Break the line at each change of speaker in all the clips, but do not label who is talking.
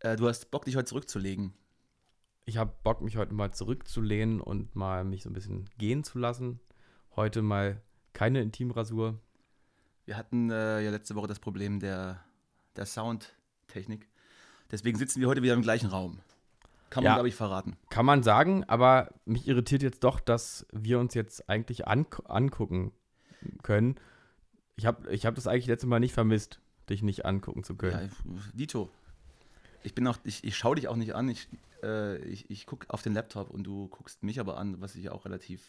Äh, du hast Bock, dich heute zurückzulegen.
Ich habe Bock, mich heute mal zurückzulehnen und mal mich so ein bisschen gehen zu lassen. Heute mal keine Intimrasur.
Wir hatten äh, ja letzte Woche das Problem der, der Soundtechnik. Deswegen sitzen wir heute wieder im gleichen Raum. Kann man,
Ja.
glaube ich, verraten.
Kann man sagen, aber mich irritiert jetzt doch, dass wir uns jetzt eigentlich an angucken können. Ich habe ich hab das eigentlich letztes Mal nicht vermisst, dich nicht angucken zu können.
Ja, ich- Dito. Ich bin auch, ich, ich schaue dich auch nicht an. Ich, äh, ich, ich gucke auf den Laptop und du guckst mich aber an, was ich auch relativ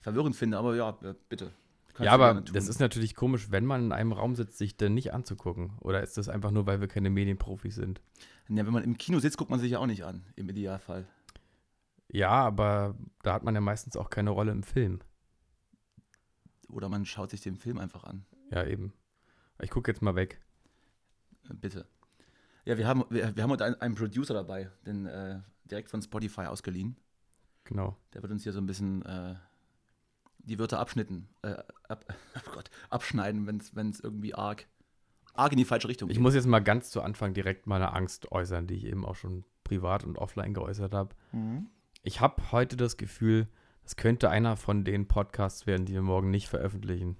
verwirrend finde. Aber ja, äh, bitte. Kannst
Ja,
du
aber
gerne tun.
das ist natürlich komisch, wenn man in einem Raum sitzt, sich denn nicht anzugucken. Oder ist das einfach nur, weil wir keine Medienprofis sind?
Ja, wenn man im Kino sitzt, guckt man sich ja auch nicht an, im Idealfall.
Ja, aber da hat man ja meistens auch keine Rolle im Film.
Oder man schaut sich den Film einfach an.
Ja, eben. Ich gucke jetzt mal weg.
Äh, Bitte. Ja, wir haben, wir, wir haben heute einen, einen Producer dabei, den äh, direkt von Spotify ausgeliehen.
Genau.
Der wird uns hier so ein bisschen äh, die Wörter abschnitten, äh, ab, oh Gott, abschneiden, wenn es irgendwie arg, arg in die falsche Richtung
Ich muss jetzt mal ganz zu Anfang direkt meine Angst äußern, die ich eben auch schon privat und offline geäußert habe.
Mhm.
Ich habe heute das Gefühl, es könnte einer von den Podcasts werden, die wir morgen nicht veröffentlichen.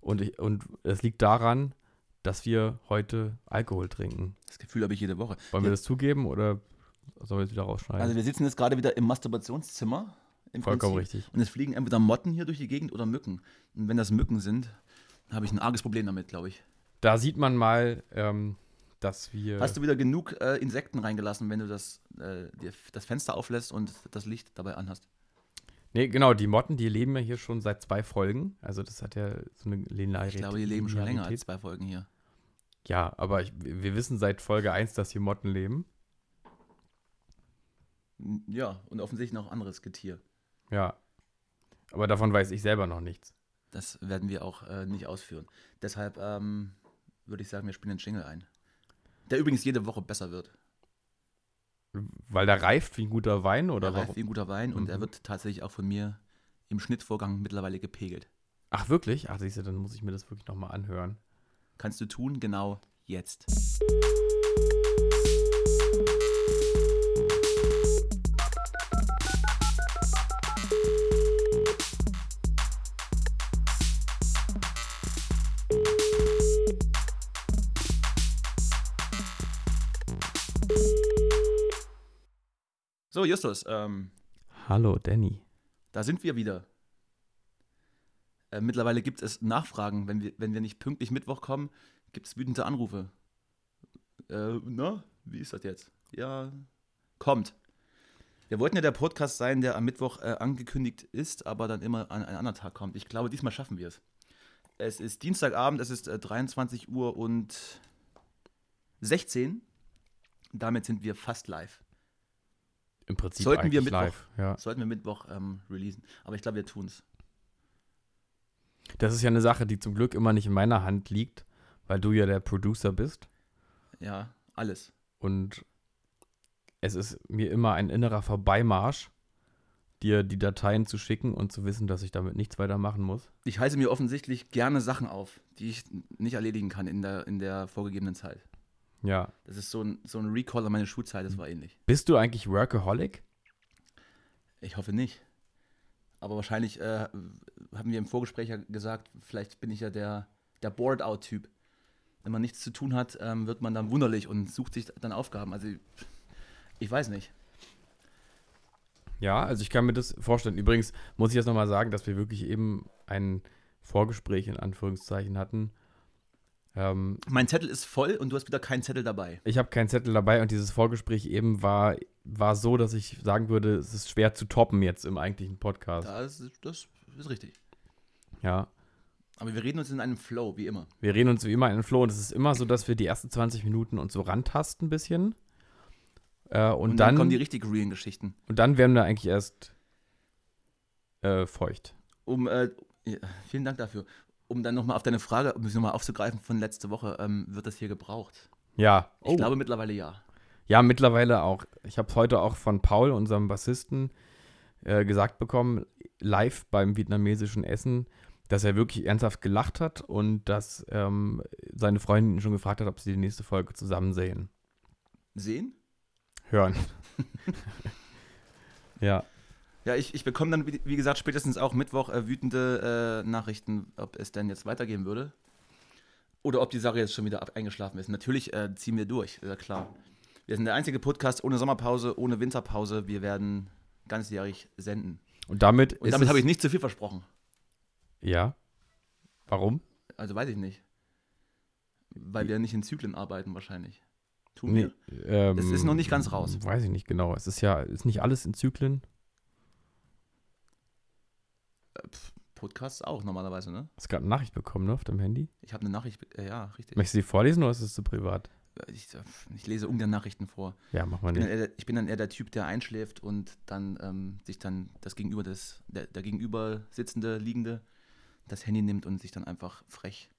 Und, ich, und es liegt daran, dass wir heute Alkohol trinken.
Das Gefühl habe ich jede Woche.
Wollen wir
Ja.
das zugeben oder sollen wir es wieder rausschneiden?
Also wir sitzen jetzt gerade wieder im Masturbationszimmer. Im
Vollkommen richtig.
Und es fliegen entweder Motten hier durch die Gegend oder Mücken. Und wenn das Mücken sind, habe ich ein arges Problem damit, glaube ich.
Da sieht man mal, ähm, dass wir.
Hast du wieder genug äh, Insekten reingelassen, wenn du das, äh, dir f- das Fenster auflässt und das Licht dabei anhast?
Nee, genau, die Motten, die leben ja hier schon seit zwei Folgen. Also, das hat ja so eine Linearität.
Ich glaube, die leben schon länger als zwei Folgen hier.
Ja, aber ich, wir wissen seit Folge 1, dass hier Motten leben.
Ja, und offensichtlich noch anderes Getier.
Ja. Aber davon weiß ich selber noch nichts.
Das werden wir auch äh, nicht ausführen. Deshalb ähm, würde ich sagen, wir spielen den Jingle ein. Der übrigens jede Woche besser wird.
Weil der reift wie ein guter Wein oder
er reift
warum?
wie ein guter Wein und er
Mhm.
wird tatsächlich auch von mir im Schnittvorgang mittlerweile gepegelt.
Ach, wirklich? Ach, siehst du, dann muss ich mir das wirklich nochmal anhören.
Kannst du tun, genau jetzt. So, Justus, ähm,
Hallo, Danny.
da sind wir wieder. Äh, mittlerweile gibt es Nachfragen. Wenn wir, wenn wir nicht pünktlich Mittwoch kommen, gibt es wütende Anrufe. Äh, na, wie ist das jetzt? Ja, kommt. Wir wollten ja der Podcast sein, der am Mittwoch äh, angekündigt ist, aber dann immer an einem anderen Tag kommt. Ich glaube, diesmal schaffen wir es. Es ist Dienstagabend, es ist äh, 23 Uhr und 16. Damit sind wir fast live.
Im Prinzip
Sollten wir
eigentlich
Mittwoch-
live. Ja.
Sollten wir Mittwoch ähm, releasen. Aber ich glaube, wir tun es.
Das ist ja eine Sache, die zum Glück immer nicht in meiner Hand liegt, weil du ja der Producer bist.
Ja, alles.
Und es ist mir immer ein innerer Vorbeimarsch, dir die Dateien zu schicken und zu wissen, dass ich damit nichts weiter machen muss.
Ich heiße mir offensichtlich gerne Sachen auf, die ich nicht erledigen kann in der, in der vorgegebenen Zeit.
Ja.
Das ist so ein, so ein Recall an meine Schulzeit,
Mhm.
das war ähnlich.
Bist du eigentlich Workaholic?
Ich hoffe nicht. Aber wahrscheinlich äh, haben wir im Vorgespräch ja gesagt, vielleicht bin ich ja der, der Bored-Out-Typ. Wenn man nichts zu tun hat, ähm, wird man dann wunderlich und sucht sich dann Aufgaben. Also, ich weiß nicht.
Ja, also ich kann mir das vorstellen. Übrigens muss ich jetzt nochmal sagen, dass wir wirklich eben ein Vorgespräch in Anführungszeichen hatten. Ähm,
Mein Zettel ist voll und du hast wieder keinen Zettel dabei.
ich habe keinen Zettel dabei und dieses Vorgespräch eben war, war so, dass ich sagen würde, es ist schwer zu toppen jetzt im eigentlichen Podcast.
Das, ist- das ist richtig.
Ja.
Aber wir reden uns in einem Flow, wie immer.
Wir reden uns wie immer in den Flow und es ist immer so, dass wir die ersten 20 Minuten uns so rantasten ein bisschen. Äh, und, dann,
kommen die richtig realen Geschichten.
und dann werden wir eigentlich erst äh, feucht.
um, äh, ja, vielen Dank dafür. Um dann nochmal auf deine Frage, um sie nochmal aufzugreifen von letzte Woche, ähm, wird das hier gebraucht?
Ja,
Ich glaube mittlerweile ja.
ja, mittlerweile auch. Ich habe es heute auch von Paul, unserem Bassisten, äh, gesagt bekommen, live beim vietnamesischen Essen, dass er wirklich ernsthaft gelacht hat und dass ähm, seine Freundin ihn schon gefragt hat, ob sie die nächste Folge zusammen sehen.
Sehen?
Hören. ja.
Ja, ich, ich bekomme dann, wie wie gesagt, spätestens auch Mittwoch äh, wütende äh, Nachrichten, ob es denn jetzt weitergehen würde. Oder ob die Sache jetzt schon wieder ab eingeschlafen ist. Natürlich äh, ziehen wir durch, ist ja klar. Wir sind der einzige Podcast ohne Sommerpause, ohne Winterpause. Wir werden ganzjährig senden.
Und damit
Und damit habe ich nicht zu viel versprochen.
Ja. Warum?
Also weiß ich nicht. Weil wir nicht in Zyklen arbeiten wahrscheinlich. Tun
Nee,
wir.
ähm,
Es ist noch nicht ganz raus.
Weiß ich nicht genau. Es ist ja, ist nicht alles in Zyklen.
Podcasts auch normalerweise, ne?
Hast gerade eine Nachricht bekommen, ne, auf deinem Handy?
Ich habe eine Nachricht, be- äh, ja, richtig.
Möchtest du die vorlesen oder ist es zu privat?
Ich, äh, ich lese ungern Nachrichten vor.
Ja, mach mal
Ich bin,
nicht.
dann eher, der- ich bin dann eher der Typ, der einschläft und dann ähm, sich dann das Gegenüber des, der, der Gegenüber sitzende, liegende, das Handy nimmt und sich dann einfach frech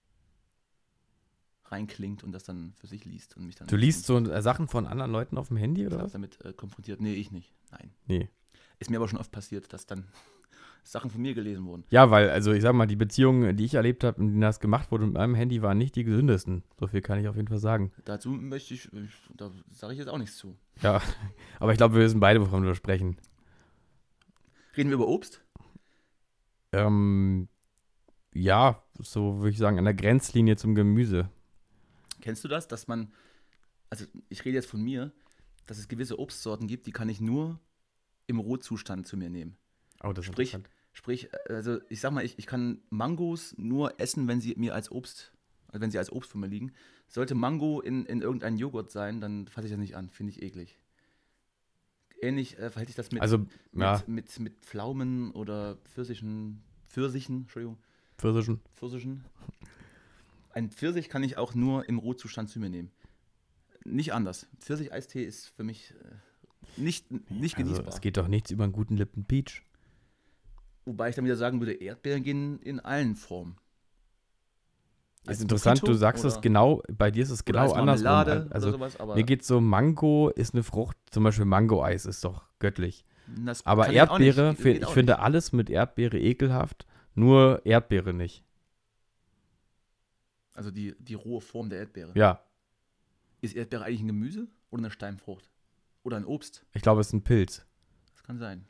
reinklingt und das dann für sich liest und mich dann.
Du liest so äh, Sachen von anderen Leuten auf dem Handy oder was?
damit äh, konfrontiert. Nee, ich nicht. Nein.
Nee.
Ist mir aber schon oft passiert, dass dann Sachen von mir gelesen wurden.
Ja, weil, also ich sag mal, die Beziehungen, die ich erlebt habe, in denen das gemacht wurde mit meinem Handy, waren nicht die gesündesten. So viel kann ich auf jeden Fall sagen.
Dazu möchte ich, ich da sage ich jetzt auch nichts zu.
Ja, aber ich glaube, wir wissen beide, wovon wir sprechen.
Reden wir über Obst?
Ähm, ja, so würde ich sagen, an der Grenzlinie zum Gemüse.
Kennst du das, dass man, also ich rede jetzt von mir, dass es gewisse Obstsorten gibt, die kann ich nur im Rohzustand zu mir nehmen.
Oh, das
Sprich, Sprich, also ich sag mal, ich, ich kann Mangos nur essen, wenn sie mir als Obst, also wenn sie als Obst von mir liegen. Sollte Mango in, in irgendein Joghurt sein, dann fasse ich das nicht an, finde ich eklig. Ähnlich äh, verhält sich das mit,
also,
mit,
ja,
mit, mit, Pflaumen oder Pfirsichen, Pfirsichen, Entschuldigung,
Pfirsichen.
Pfirsichen. Ein Pfirsich kann ich auch nur im Rohzustand zu mir nehmen. Nicht anders. Pfirsich-Eistee ist für mich äh, nicht, nicht
Also,
genießbar.
es geht doch nichts über einen guten Lippen Peach.
Wobei ich dann wieder sagen würde, Erdbeeren gehen in allen Formen. Also
Ist interessant, du sagst es genau, bei dir ist es genau
anders.
andersrum.
Marmelade
Also,
oder sowas, aber
mir geht so, Mango ist eine Frucht, zum Beispiel Mango-Eis ist doch göttlich.
das
Aber
kann auch nicht.
Erdbeere,
Geht
fi- ich
auch
finde alles mit Erdbeere ekelhaft, nur Erdbeere nicht.
nicht. Also die, die rohe Form der Erdbeere.
Ja,
Ist Erdbeere eigentlich ein Gemüse oder eine Steinfrucht? Oder ein Obst?
ich glaube, es ist ein Pilz.
Das kann sein.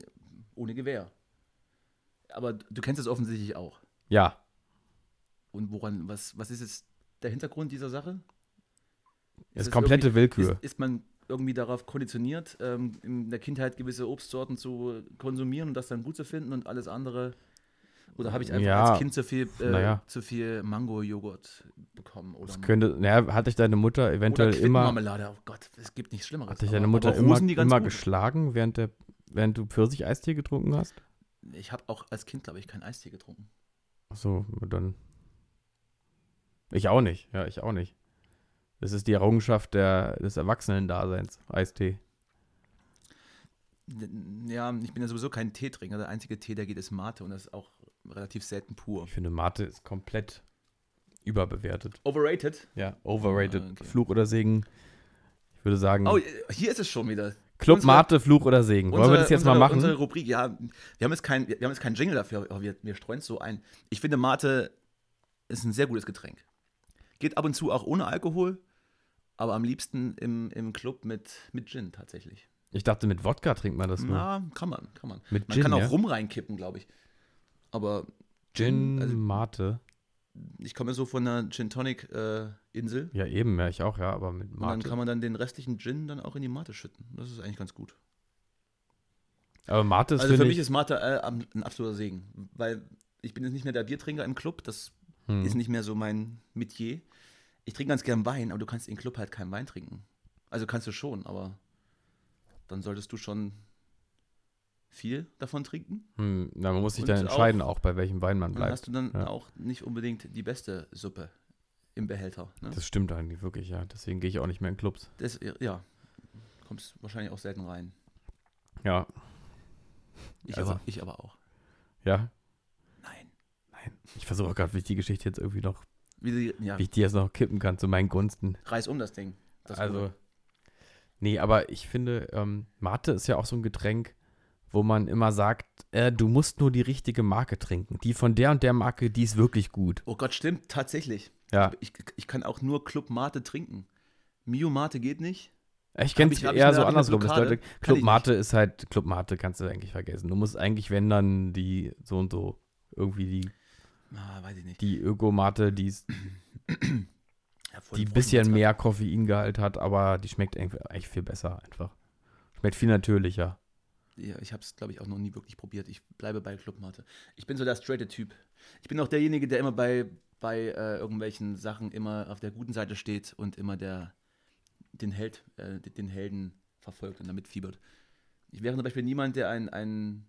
Ja, Ohne Gewehr. Aber du du kennst es offensichtlich auch.
Ja,
Und woran, was, was ist jetzt der Hintergrund dieser Sache?
ist
es
komplette Willkür.
Ist, ist man irgendwie darauf konditioniert, ähm, in der Kindheit gewisse Obstsorten zu konsumieren und das dann gut zu finden und alles andere? Oder habe ich einfach
Ja,
als Kind zu viel, äh,
naja.
zu viel Mango-Joghurt bekommen? Oder,
das könnte, naja, hatte ich deine Mutter
oder
eventuell immer.
Quittenmarmelade? Oh Gott, es gibt nichts Schlimmeres.
Hat dich
Aber-
deine Mutter
aber
immer,
Rosen, die ganz
immer
gut.
geschlagen, während, der, während du Pfirsicheistee getrunken hast?
Ich habe auch als Kind, glaube ich, keinen Eistee getrunken.
Achso, dann. Ich auch nicht. Ja, ich auch nicht. Das ist die Errungenschaft der, des Erwachsenen-Daseins, Eistee.
N- Ja, ich bin ja sowieso kein Teetrinker. Der einzige Tee, der geht, ist Mate und das ist auch relativ selten pur.
Ich finde, Mate ist komplett überbewertet.
Overrated.
Ja, overrated.
Ah, okay.
Fluch oder Segen. Ich würde sagen,
Oh, hier ist es schon wieder.
Club
unsere-
Mate, Fluch oder Segen. Hm. Wollen wir das jetzt
unsere,
mal machen?
Unsere Rubrik, ja. Wir haben jetzt keinen wir haben jetzt keinen Jingle dafür, aber wir, wir streuen es so ein. Ich finde, Mate ist ein sehr gutes Getränk. Geht ab und zu auch ohne Alkohol, aber am liebsten im, im Club mit, mit Gin tatsächlich.
Ich dachte, mit Wodka trinkt man das nur.
Na, kann man, kann man.
mit
Man
Gin,
kann auch
ja?
rum reinkippen, glaube ich. Aber
Gin,
also-
Mate.
ich komme so von einer Gin Tonic äh, Insel.
Ja, eben, ja, ich auch, ja, aber mit
Und dann
Mate.
kann man dann den restlichen Gin dann auch in die Mate schütten. Das ist eigentlich ganz gut.
Aber Mate ist,
also für
finde
mich
ich,
ist Mate äh, am- ein absoluter Segen, weil ich bin jetzt nicht mehr der Biertrinker im Club, das
hm.
ist nicht mehr so mein Metier. Ich trinke ganz gern Wein, aber du kannst im Club halt keinen Wein trinken. Also kannst du schon, aber dann solltest du schon viel davon trinken.
Hm, na, man muss sich dann
Und auch-
entscheiden, auch, bei welchem Wein man
Und dann
bleibt.
hast du dann
ja.
auch nicht unbedingt die beste Suppe im Behälter. Ne?
Das stimmt eigentlich wirklich, ja. Deswegen gehe ich auch nicht mehr in Clubs.
Das, ja, kommst wahrscheinlich auch selten rein.
Ja,
Ich,
Also-
aber, ich aber auch.
ja.
Nein.
Nein. Ich versuche auch gerade, wie ich die Geschichte jetzt irgendwie noch,
Wie, sie- ja,
wie ich die jetzt noch kippen kann, zu meinen Gunsten.
reiß um das Ding. Das
also, nee, aber ich finde, ähm, Mate ist ja auch so ein Getränk, wo man immer sagt, äh, du musst nur die richtige Marke trinken. Die von der und der Marke, die ist wirklich gut.
oh Gott, stimmt, tatsächlich.
Ja,
Ich, ich kann auch nur Club Mate trinken. Mio Mate geht nicht.
Ich kenne es
ich- hab ich
eher
eine-
so
hab ich eine
andersrum. Dass
Blockade?
Leute,
ne? Kann ich
Club
nicht.
Mate ist halt, Club Mate kannst du eigentlich vergessen. Du musst eigentlich, wenn dann die so und so, irgendwie die,
Ah, weiß ich nicht.
die Öko-Mate, die ist
Ja, voll
die ein
Freunden-
bisschen mehr Koffeingehalt hat, aber die schmeckt eigentlich eigentlich viel besser einfach. Schmeckt viel natürlicher.
Ja, ich habe es, glaube ich, auch noch nie wirklich probiert. Ich bleibe bei Club Mate. Ich bin so der straighte Typ. Ich bin auch derjenige, der immer bei, bei äh, irgendwelchen Sachen immer auf der guten Seite steht und immer der, den, Held, äh, den- den Helden verfolgt und damit fiebert. Ich wäre zum Beispiel niemand, der ein, ein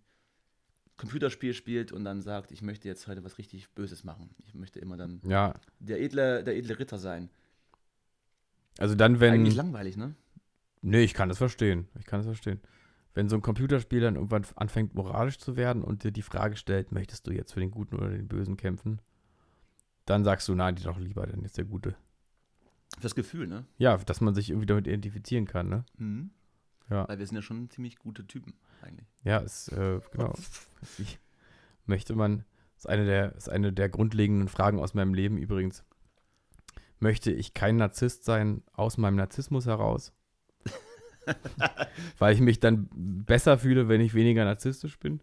Computerspiel spielt und dann sagt, ich möchte jetzt heute was richtig Böses machen. Ich möchte immer dann
Ja,
der edle, der edle Ritter sein.
also dann, wenn.
Eigentlich langweilig, ne?
Nee, ich kann das verstehen. Ich kann das verstehen. Wenn so ein Computerspiel dann irgendwann anfängt, moralisch zu werden und dir die Frage stellt, möchtest du jetzt für den Guten oder den Bösen kämpfen, dann sagst du, nein, die doch lieber, dann ist der Gute.
Fürs Gefühl, ne?
Ja, dass man sich irgendwie damit identifizieren kann, ne?
Mhm.
Ja.
Weil wir sind ja schon ziemlich gute Typen, eigentlich.
Ja, ist, äh, genau. Ich möchte man, ist eine, der, ist eine der grundlegenden Fragen aus meinem Leben übrigens. Möchte ich kein Narzisst sein aus meinem Narzissmus heraus? Weil ich mich dann besser fühle, wenn ich weniger narzisstisch bin?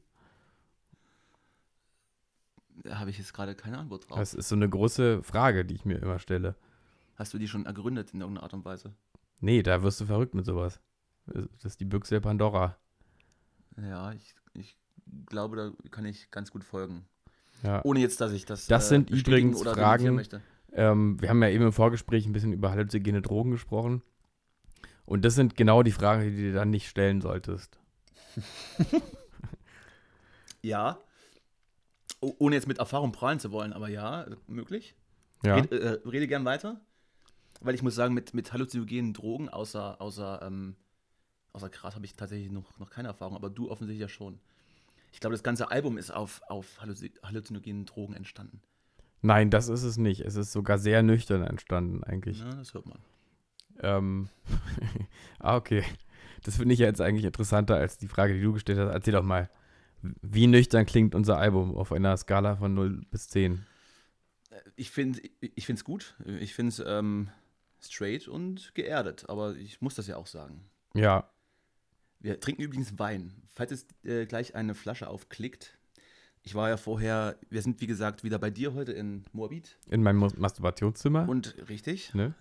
Da habe ich jetzt gerade keine Antwort drauf.
Das ist so eine große Frage, die ich mir immer stelle.
Hast du die schon ergründet in irgendeiner Art und Weise?
Nee, da wirst du verrückt mit sowas. Das ist die Büchse der Pandora.
Ja, ich, ich glaube, da kann ich ganz gut folgen.
Ja.
Ohne jetzt, dass ich das. äh,
Das sind
bestätigen
übrigens
dementieren
Fragen,
möchte.
Ähm, wir haben ja eben im Vorgespräch ein bisschen über halluzinogene Drogen gesprochen. Und das sind genau die Fragen, die du dir dann nicht stellen solltest.
Ja. O- Ohne jetzt mit Erfahrung prahlen zu wollen, aber ja, möglich.
Ja.
Red, äh, rede gern weiter. Weil ich muss sagen, mit, mit halluzinogenen Drogen, außer, außer, ähm, außer Gras, habe ich tatsächlich noch, noch keine Erfahrung, aber du offensichtlich ja schon. Ich glaube, das ganze Album ist auf, auf halluzi- halluzinogenen Drogen entstanden.
Nein, das ist es nicht. Es ist sogar sehr nüchtern entstanden eigentlich.
Na, Ne, das hört man.
Ähm, ah, okay. Das finde ich ja jetzt eigentlich interessanter als die Frage, die du gestellt hast. Erzähl doch mal, wie nüchtern klingt unser Album auf einer Skala von 0 bis 10?
Ich finde ich find's gut. Ich finde es ähm, straight und geerdet, aber ich muss das ja auch sagen.
Ja,
Wir trinken übrigens Wein. Falls es äh, gleich eine Flasche aufklickt. Ich war ja vorher, wir sind wie gesagt wieder bei dir heute in Moabit.
in meinem Mas- Masturbationszimmer.
Und richtig, äh,
ne?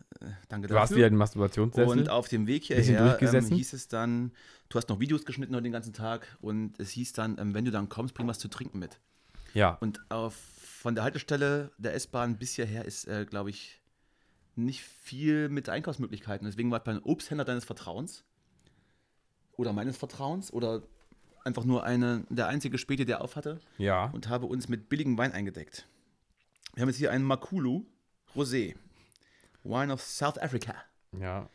danke
Ah. Du hast wieder den Masturbationssessel.
Und auf dem Weg
Bisschen
hierher ähm,
durchgesessen.
hieß es dann, du hast noch Videos geschnitten heute den ganzen Tag und es hieß dann, ähm, wenn du dann kommst, bring was zu trinken mit.
ja,
Und auf, von der Haltestelle der S-Bahn bis hierher ist, äh, glaube ich, nicht viel mit Einkaufsmöglichkeiten. Deswegen war es beim Obsthändler deines Vertrauens oder meines Vertrauens oder einfach nur eine, der einzige Späte, der auf hatte
ja.
und habe uns mit billigem Wein eingedeckt. Wir haben jetzt hier einen Makulu Rosé, Wine of South Africa.
Ja.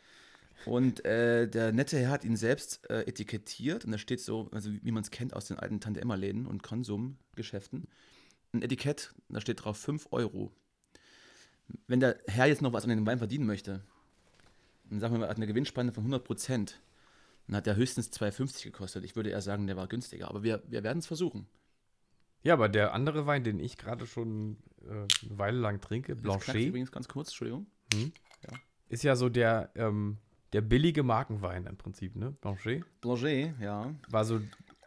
Und äh, der nette Herr hat ihn selbst äh, etikettiert und da steht so, also wie man es kennt aus den alten Tante-Emma-Läden und Konsumgeschäften, ein Etikett, da steht drauf 5 Euro. Wenn der Herr jetzt noch was an dem Wein verdienen möchte, dann sagen wir mal, er hat eine Gewinnspanne von 100 Prozent, dann hat er höchstens 2,50 gekostet. Ich würde eher sagen, der war günstiger, aber wir, wir werden es versuchen.
Ja, aber der andere Wein, den ich gerade schon äh, eine Weile lang trinke,
Das knackt
Blanchet,
übrigens ganz kurz, Entschuldigung.
ist ja so der, ähm, der billige Markenwein im Prinzip, ne? Blanchet
Blanchet, ja.
war so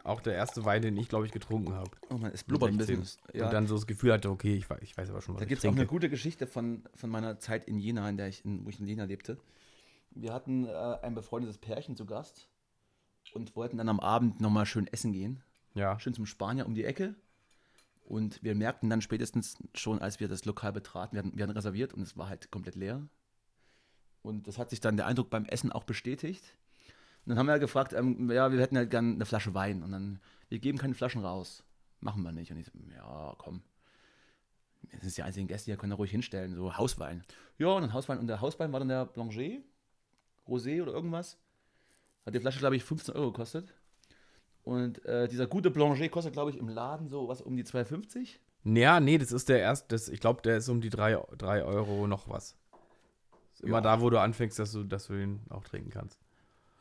auch der erste Wein, den ich, glaube ich, getrunken habe.
Oh man, es blubbert ein bisschen. Ja.
Und dann so das Gefühl hatte, okay, ich, wei- ich weiß aber schon, was
Da
ich
gibt es auch eine
trinke.
gute Geschichte von, von meiner Zeit in Jena, in der ich in, wo ich in Jena lebte. Wir hatten äh, ein befreundetes Pärchen zu Gast und wollten dann am Abend nochmal schön essen gehen.
Ja,
Schön zum Spanier um die Ecke. Und wir merkten dann spätestens schon, als wir das Lokal betraten, wir hatten, wir hatten reserviert und es war halt komplett leer. Und das hat sich dann der Eindruck beim Essen auch bestätigt. Und dann haben wir gefragt, ähm, ja, wir hätten halt gern eine Flasche Wein. Und dann, wir geben keine Flaschen raus. Machen wir nicht. Und ich so, ja, komm. Das ist die einzigen Gäste, die können da ruhig hinstellen. So Hauswein. Ja, und dann Hauswein. Und der Hauswein war dann der Blanchet, Rosé oder irgendwas. Hat die Flasche, glaube ich, 15 Euro gekostet. Und äh, dieser gute Blanchet kostet, glaube ich, im Laden so was um die 2,50.
ja, nee, das ist der erste, das, ich glaube, der ist um die 3 drei, drei Euro noch was. Ist immer
Ja.
da, wo du anfängst, dass du, dass du den auch trinken kannst.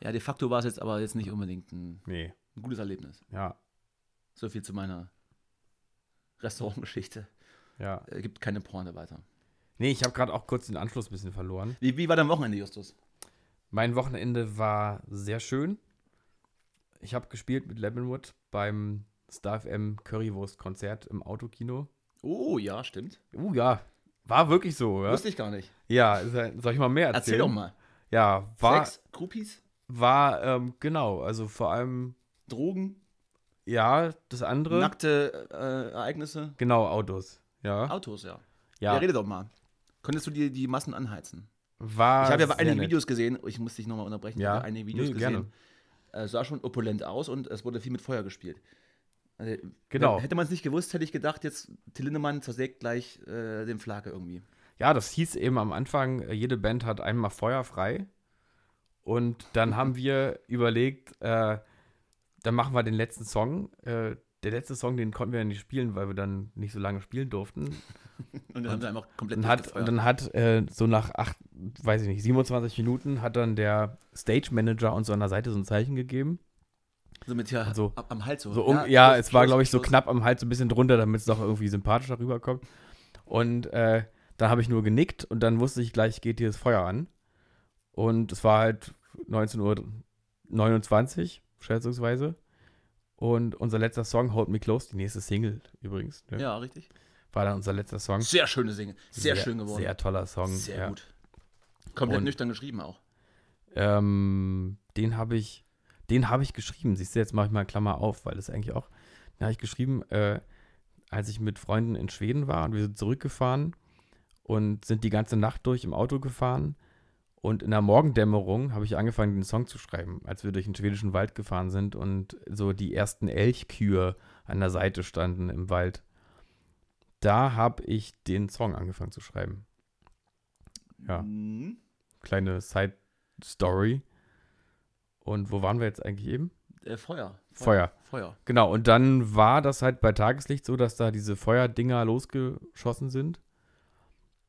Ja, de facto war es jetzt aber jetzt nicht unbedingt ein,
Nee,
ein gutes Erlebnis.
ja,
So viel zu meiner Restaurantgeschichte.
ja.
Äh, gibt keine Porne weiter.
Nee, ich habe gerade auch kurz den Anschluss ein bisschen verloren.
Wie, wie war dein Wochenende, Justus?
Mein Wochenende war sehr schön. Ich habe gespielt mit Lemonwood beim StarFM Currywurst-Konzert im Autokino.
Oh, ja, stimmt.
Uh, ja. War wirklich so, ja.
Wusste ich gar nicht.
Ja, soll ich mal mehr erzählen?
Erzähl doch mal.
Ja, war,
Sex, Groupies,
war ähm, genau, also vor allem,
Drogen,
ja, das andere.
nackte äh, Ereignisse,
Genau, Autos. Ja.
Autos, ja. Ja,
Ja,
rede doch mal. Könntest du dir die Massen anheizen?
war.
Ich habe ja
Ah, sehr
einige
nett.
Videos gesehen. Ich muss dich nochmal unterbrechen.
Ja.
Ich habe einige Videos
Nee, gerne.
gesehen. Äh, sah schon opulent aus und es wurde viel mit Feuer gespielt. Also,
Genau.
Hätte man es nicht gewusst, hätte ich gedacht, jetzt Till Lindemann zersägt gleich äh, den Flake irgendwie.
Ja, das hieß eben am Anfang, äh, jede Band hat einmal Feuer frei. Und dann haben wir überlegt, äh, dann machen wir den letzten Song. Äh, der letzte Song, den konnten wir ja nicht spielen, weil wir dann nicht so lange spielen durften.
Und dann haben sie einfach komplett
Dann hat,
durchgefeuert.
und dann hat äh, so nach acht, weiß ich nicht, 27 Minuten hat dann der Stage Manager uns so an der Seite so ein Zeichen gegeben.
so mit ja,
so-
ab, am Hals so.
So um, ja, es war, glaube ich, so
Schluss.
knapp am Hals so ein bisschen drunter, damit es noch irgendwie sympathischer rüberkommt. Und äh, da habe ich nur genickt und dann wusste ich gleich, geht hier das Feuer an. Und es war halt 19.29 Uhr, schätzungsweise. Und unser letzter Song, Hold Me Close, die nächste Single übrigens, ne,
Ja, richtig.
war dann unser letzter Song.
Sehr schöne Single. Sehr, schön geworden.
Sehr toller Song.
Sehr
ja.
gut. Komplett
Und-
nüchtern geschrieben auch.
Ähm, den habe ich, den habe ich geschrieben. Siehst du, jetzt mache ich mal Klammer auf, weil das eigentlich auch, den habe ich geschrieben, äh, als ich mit Freunden in Schweden war und wir sind zurückgefahren und sind die ganze Nacht durch im Auto gefahren. Und in der Morgendämmerung habe ich angefangen, den Song zu schreiben, als wir durch den schwedischen Wald gefahren sind und so die ersten Elchkühe an der Seite standen im Wald. Da habe ich den Song angefangen zu schreiben. Ja
Mhm.
kleine Side-Story. Und wo waren wir jetzt eigentlich eben?
Äh, Feuer.
Feuer.
Feuer.
Genau, und dann war das halt bei Tageslicht so, dass da diese Feuerdinger losgeschossen sind.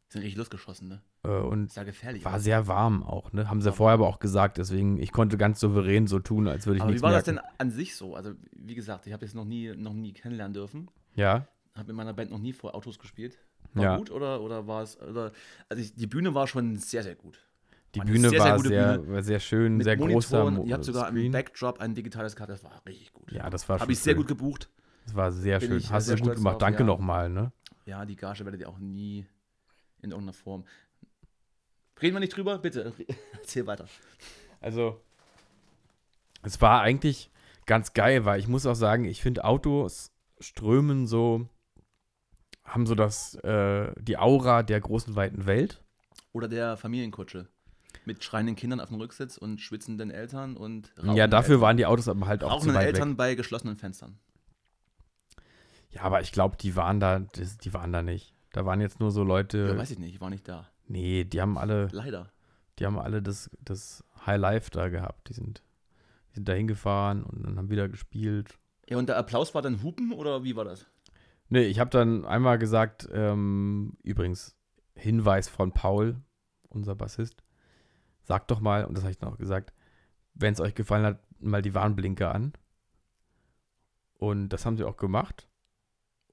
Sind richtig losgeschossen, ne?
Äh, und
Ist ja gefährlich.
war sehr warm auch, ne? Haben sie vorher aber auch gesagt, deswegen, ich konnte ganz souverän so tun, als würde ich
Aber wie
nichts
war das
merken.
denn an sich so? Also, wie gesagt, ich habe jetzt noch nie, noch nie kennenlernen dürfen.
Ja,
Habe mit meiner Band noch nie vor Autos gespielt. War
Ja.
gut oder, oder war es. Oder, also, ich, die Bühne war schon sehr, sehr gut.
die
War eine
Bühne
sehr, sehr
war
gute
sehr,
Bühne.
war sehr schön,
Mit
sehr großer
Monitoren.
Mo-
Ihr habt sogar im
Screen.
Backdrop ein digitales Karte. Das war richtig gut.
Ja, das war
Habe
schon
ich sehr
schön.
gut gebucht.
Das war sehr
Bin
schön.
ich
Hast
sehr
du gut
stolz
gemacht.
drauf,
Danke
ja.
nochmal, ne?
Ja, die Gage werdet ihr auch nie in irgendeiner Form. Reden wir nicht drüber? Bitte, erzähl weiter.
Also, es war eigentlich ganz geil, weil ich muss auch sagen, ich finde Autos strömen so, haben so das, äh, die Aura der großen weiten Welt.
Oder der Familienkutsche. Mit schreienden Kindern auf dem Rücksitz und schwitzenden Eltern und
ja,
rauchenden
dafür
Eltern.
waren die Autos aber halt auch zu
rauchenden
weit
Eltern
weg.
bei geschlossenen Fenstern.
Ja, aber ich glaube, die waren da, das, die waren da nicht. Da waren jetzt nur so
Ja,
Leute,
weiß ich nicht, ich war nicht da.
nee, die haben alle,
Leider.
die haben alle das, das High Life da gehabt. Die sind, die sind da hingefahren und dann haben wieder gespielt.
Ja, und der Applaus war dann Hupen oder wie war das?
Nee, ich habe dann einmal gesagt, ähm, übrigens, Hinweis von Paul, unser Bassist, sagt doch mal, und das habe ich dann auch gesagt, wenn es euch gefallen hat, mal die Warnblinker an. Und das haben sie auch gemacht.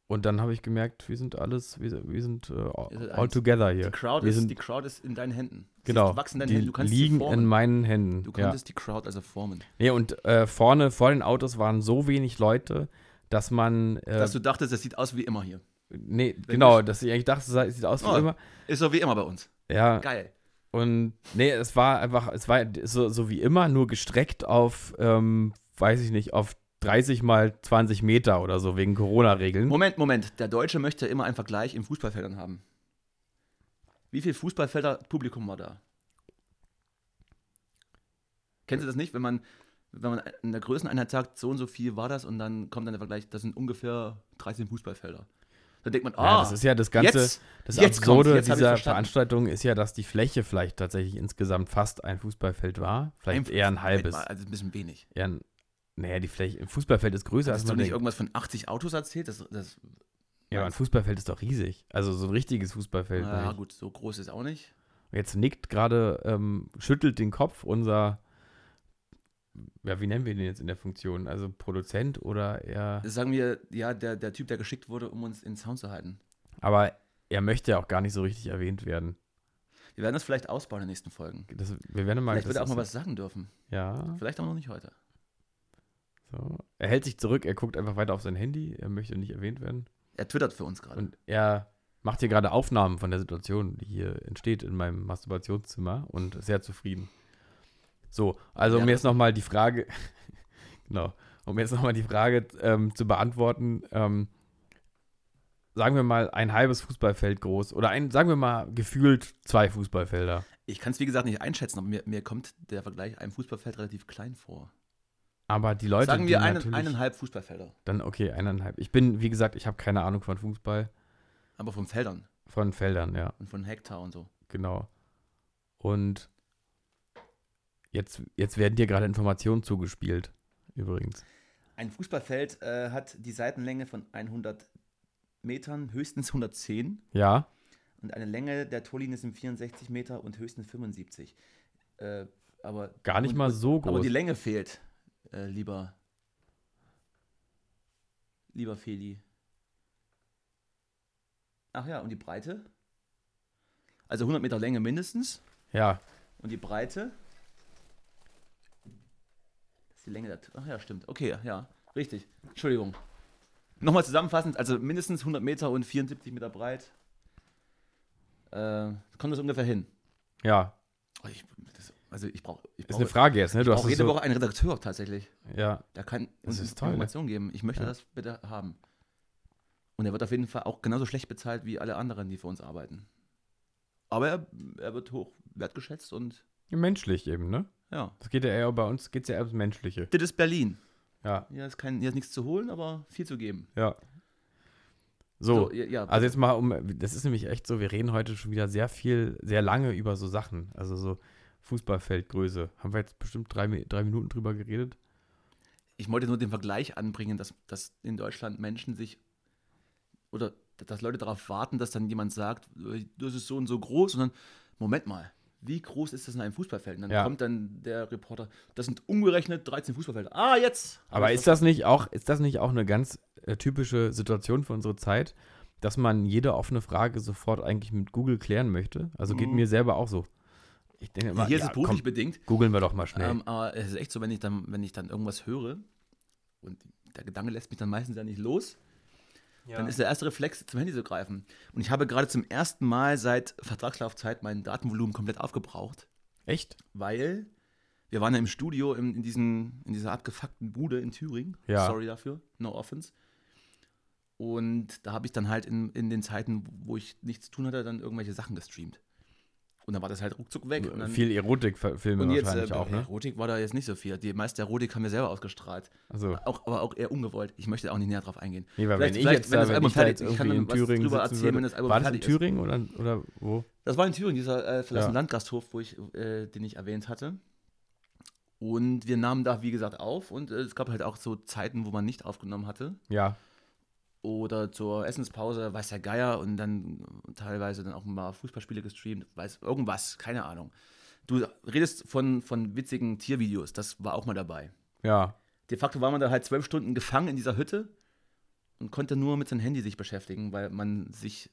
Und dann habe ich gemerkt, wir sind alles, wir, wir sind äh,
seid
all
eins.
together
Die
hier.
Crowd,
wir
ist,
sind-
die Crowd ist in deinen Händen. Sie
Genau.
ist- wachsen in deinen
die
Händen. Du kannst sie
liegen in
formen.
meinen Händen.
Du
ja.
konntest die Crowd also formen.
Nee, und äh, vorne, vor den Autos waren so wenig Leute, dass man. Äh,
Dass du dachtest, das sieht aus wie immer hier.
nee, genau, dass ich eigentlich dachte, es sei- sieht aus wie
Oh.
immer.
Ist so wie immer bei uns.
Ja,
Geil.
Und nee, es war einfach, es war so, so wie immer, nur gestreckt auf, ähm, weiß ich nicht, auf 30 mal 20 Meter oder so wegen Corona-Regeln.
Moment, Moment. Der Deutsche möchte immer einen Vergleich in Fußballfeldern haben. Wie viel Fußballfelder Publikum war da? Kennst du das nicht, wenn man, wenn man in der Größeneinheit sagt, so und so viel war das und dann kommt dann der Vergleich, das sind ungefähr 13 Fußballfelder. Dann denkt man, ah,
Ja, das ist ja das ganze,
jetzt,
das
jetzt
Absurde
kommt's, jetzt hab ich
dieser
verstanden.
Veranstaltung ist ja, dass die Fläche vielleicht tatsächlich insgesamt fast ein Fußballfeld war. Vielleicht
Ein-
eher ein halbes.
Mal, also ein bisschen wenig.
Eher ein, naja, die Fläche, ein Fußballfeld ist größer als
Hast du
man
nicht
denkt.
irgendwas von 80 Autos erzählt? Das, das,
Ja, aber ein Fußballfeld ist doch riesig. Also so ein richtiges Fußballfeld. meine
na
ich.
gut, so groß ist auch nicht.
Jetzt nickt gerade, ähm, schüttelt den Kopf unser, ja, wie nennen wir den jetzt in der Funktion? Also Produzent oder er.
Sagen wir, ja, der, der Typ, der geschickt wurde, um uns in Sound zu halten.
Aber er möchte ja auch gar nicht so richtig erwähnt werden.
Wir werden das vielleicht ausbauen in den nächsten Folgen.
Das, wir werden mal.
Vielleicht wird
das
er auch mal was
ist-
sagen dürfen.
Ja.
Vielleicht aber noch nicht heute.
So. Er hält sich zurück, er guckt einfach weiter auf sein Handy, er möchte nicht erwähnt werden.
Er twittert für uns gerade.
Und er macht hier gerade Aufnahmen von der Situation, die hier entsteht in meinem Masturbationszimmer und ist sehr zufrieden. So, also um
Ja.
jetzt nochmal die Frage, genau, um jetzt nochmal die Frage ähm, zu beantworten, ähm, sagen wir mal ein halbes Fußballfeld groß oder ein, sagen wir mal gefühlt zwei Fußballfelder.
Ich kann es wie gesagt nicht einschätzen, aber mir, mir kommt der Vergleich einem Fußballfeld relativ klein vor.
Aber die Leute,
Sagen
die
wir einen,
natürlich-
eineinhalb Fußballfelder,
dann okay, eineinhalb. Ich bin, wie gesagt, ich habe keine Ahnung von Fußball,
aber von Feldern
von Feldern, ja.
und von Hektar und so.
Genau. Und jetzt, jetzt werden dir gerade Informationen zugespielt, übrigens.
Ein Fußballfeld äh, hat die Seitenlänge von 100 Metern, höchstens 110
Ja,
und eine Länge der Torlinie sind 64 Meter und höchstens 75. Äh, aber
gar nicht
und,
mal so
Aber
groß.
die Länge fehlt, äh, lieber. Lieber Feli. Ach ja, und die Breite? Also 100 Meter Länge mindestens.
Ja,
Und die Breite? Das ist die Länge der. Ach ja, stimmt. Okay, ja, richtig. Entschuldigung. Nochmal zusammenfassend: also mindestens 100 Meter und 74 Meter breit. Äh, kommt das ungefähr hin?
ja.
Oh, ich, das, also ich brauche. Ich
Ist
brauche
eine Frage jetzt, ne? Du hast
brauch
es
jede
so,
Woche einen Redakteur tatsächlich.
ja,
Der kann uns
Das ist toll, ne?
Informationen geben. Ich möchte
Ja.
das bitte haben. Und er wird auf jeden Fall auch genauso schlecht bezahlt wie alle anderen, die für uns arbeiten. Aber er, er wird hoch wertgeschätzt und
menschlich eben, ne?
ja.
Das geht ja eher, bei uns geht es ja eher ums Menschliche.
Das ist Berlin.
Ja,
Hier ist, kein, hier ist nichts zu holen, aber viel zu geben.
ja. So,
ja, ja.
also jetzt mal um, das ist nämlich echt so, wir reden heute schon wieder sehr viel, sehr lange über so Sachen. Also so Fußballfeldgröße. Haben wir jetzt bestimmt drei, Mi- drei Minuten drüber geredet?
ich wollte nur den Vergleich anbringen, dass, dass in Deutschland Menschen sich oder dass Leute darauf warten, dass dann jemand sagt, "Äh, das ist so und so groß und dann, Moment mal, wie groß ist das in einem Fußballfeld? Und dann
Ja.
kommt dann der Reporter, das sind umgerechnet 13 Fußballfelder. Ah, jetzt!
Aber ist das nicht auch, ist das nicht auch eine ganz äh, typische Situation für unsere Zeit, dass man jede offene Frage sofort eigentlich mit Google klären möchte? Also geht
Mhm.
mir selber auch so. Ich denke immer,
Hier ist
ja,
es beruflich
komm,
bedingt,
googeln wir doch mal schnell.
ähm, aber es ist echt so, wenn ich, dann, wenn ich dann irgendwas höre und der Gedanke lässt mich dann meistens ja nicht los, dann ist der erste Reflex, zum Handy zu greifen. Und ich habe gerade zum ersten Mal seit Vertragslaufzeit mein Datenvolumen komplett aufgebraucht.
Echt?
weil wir waren ja im Studio in, in, diesen, in dieser abgefuckten Bude in Thüringen.
Ja.
Sorry dafür, no offense. Und da habe ich dann halt in, in den Zeiten, wo ich nichts zu tun hatte, dann irgendwelche Sachen gestreamt. Und dann war das halt ruckzuck weg. Und dann,
Viel Erotikfilme
und jetzt,
wahrscheinlich
äh,
auch, ne?
Erotik war da jetzt nicht so viel. Die meiste Erotik haben wir selber ausgestrahlt.
Also,
Auch, aber auch eher ungewollt. Ich möchte auch nicht näher drauf eingehen.
nee, weil
vielleicht-
wenn ich
vielleicht,
jetzt,
wenn
da,
das
wenn
Album
ich da
fertig
jetzt
ist, ich kann
irgendwie in
dann was
Thüringen
drüber
sitzen
erzählen, wenn das
würde,
Album
war das in
fertig ist.
Thüringen oder, oder wo?
Das war in Thüringen, dieser äh, verlassene
Ja.
Landgasthof, wo ich, äh, den ich erwähnt hatte. Und wir nahmen da, wie gesagt, auf. Und äh, es gab halt auch so Zeiten, wo man nicht aufgenommen hatte.
Ja,
Oder zur Essenspause, weiß der Geier. Und dann teilweise dann auch mal Fußballspiele gestreamt. Weiß irgendwas, keine Ahnung. Du redest von, von witzigen Tiervideos. Das war auch mal dabei.
ja.
De facto war man da halt zwölf Stunden gefangen in dieser Hütte und konnte nur mit seinem Handy sich beschäftigen, weil man sich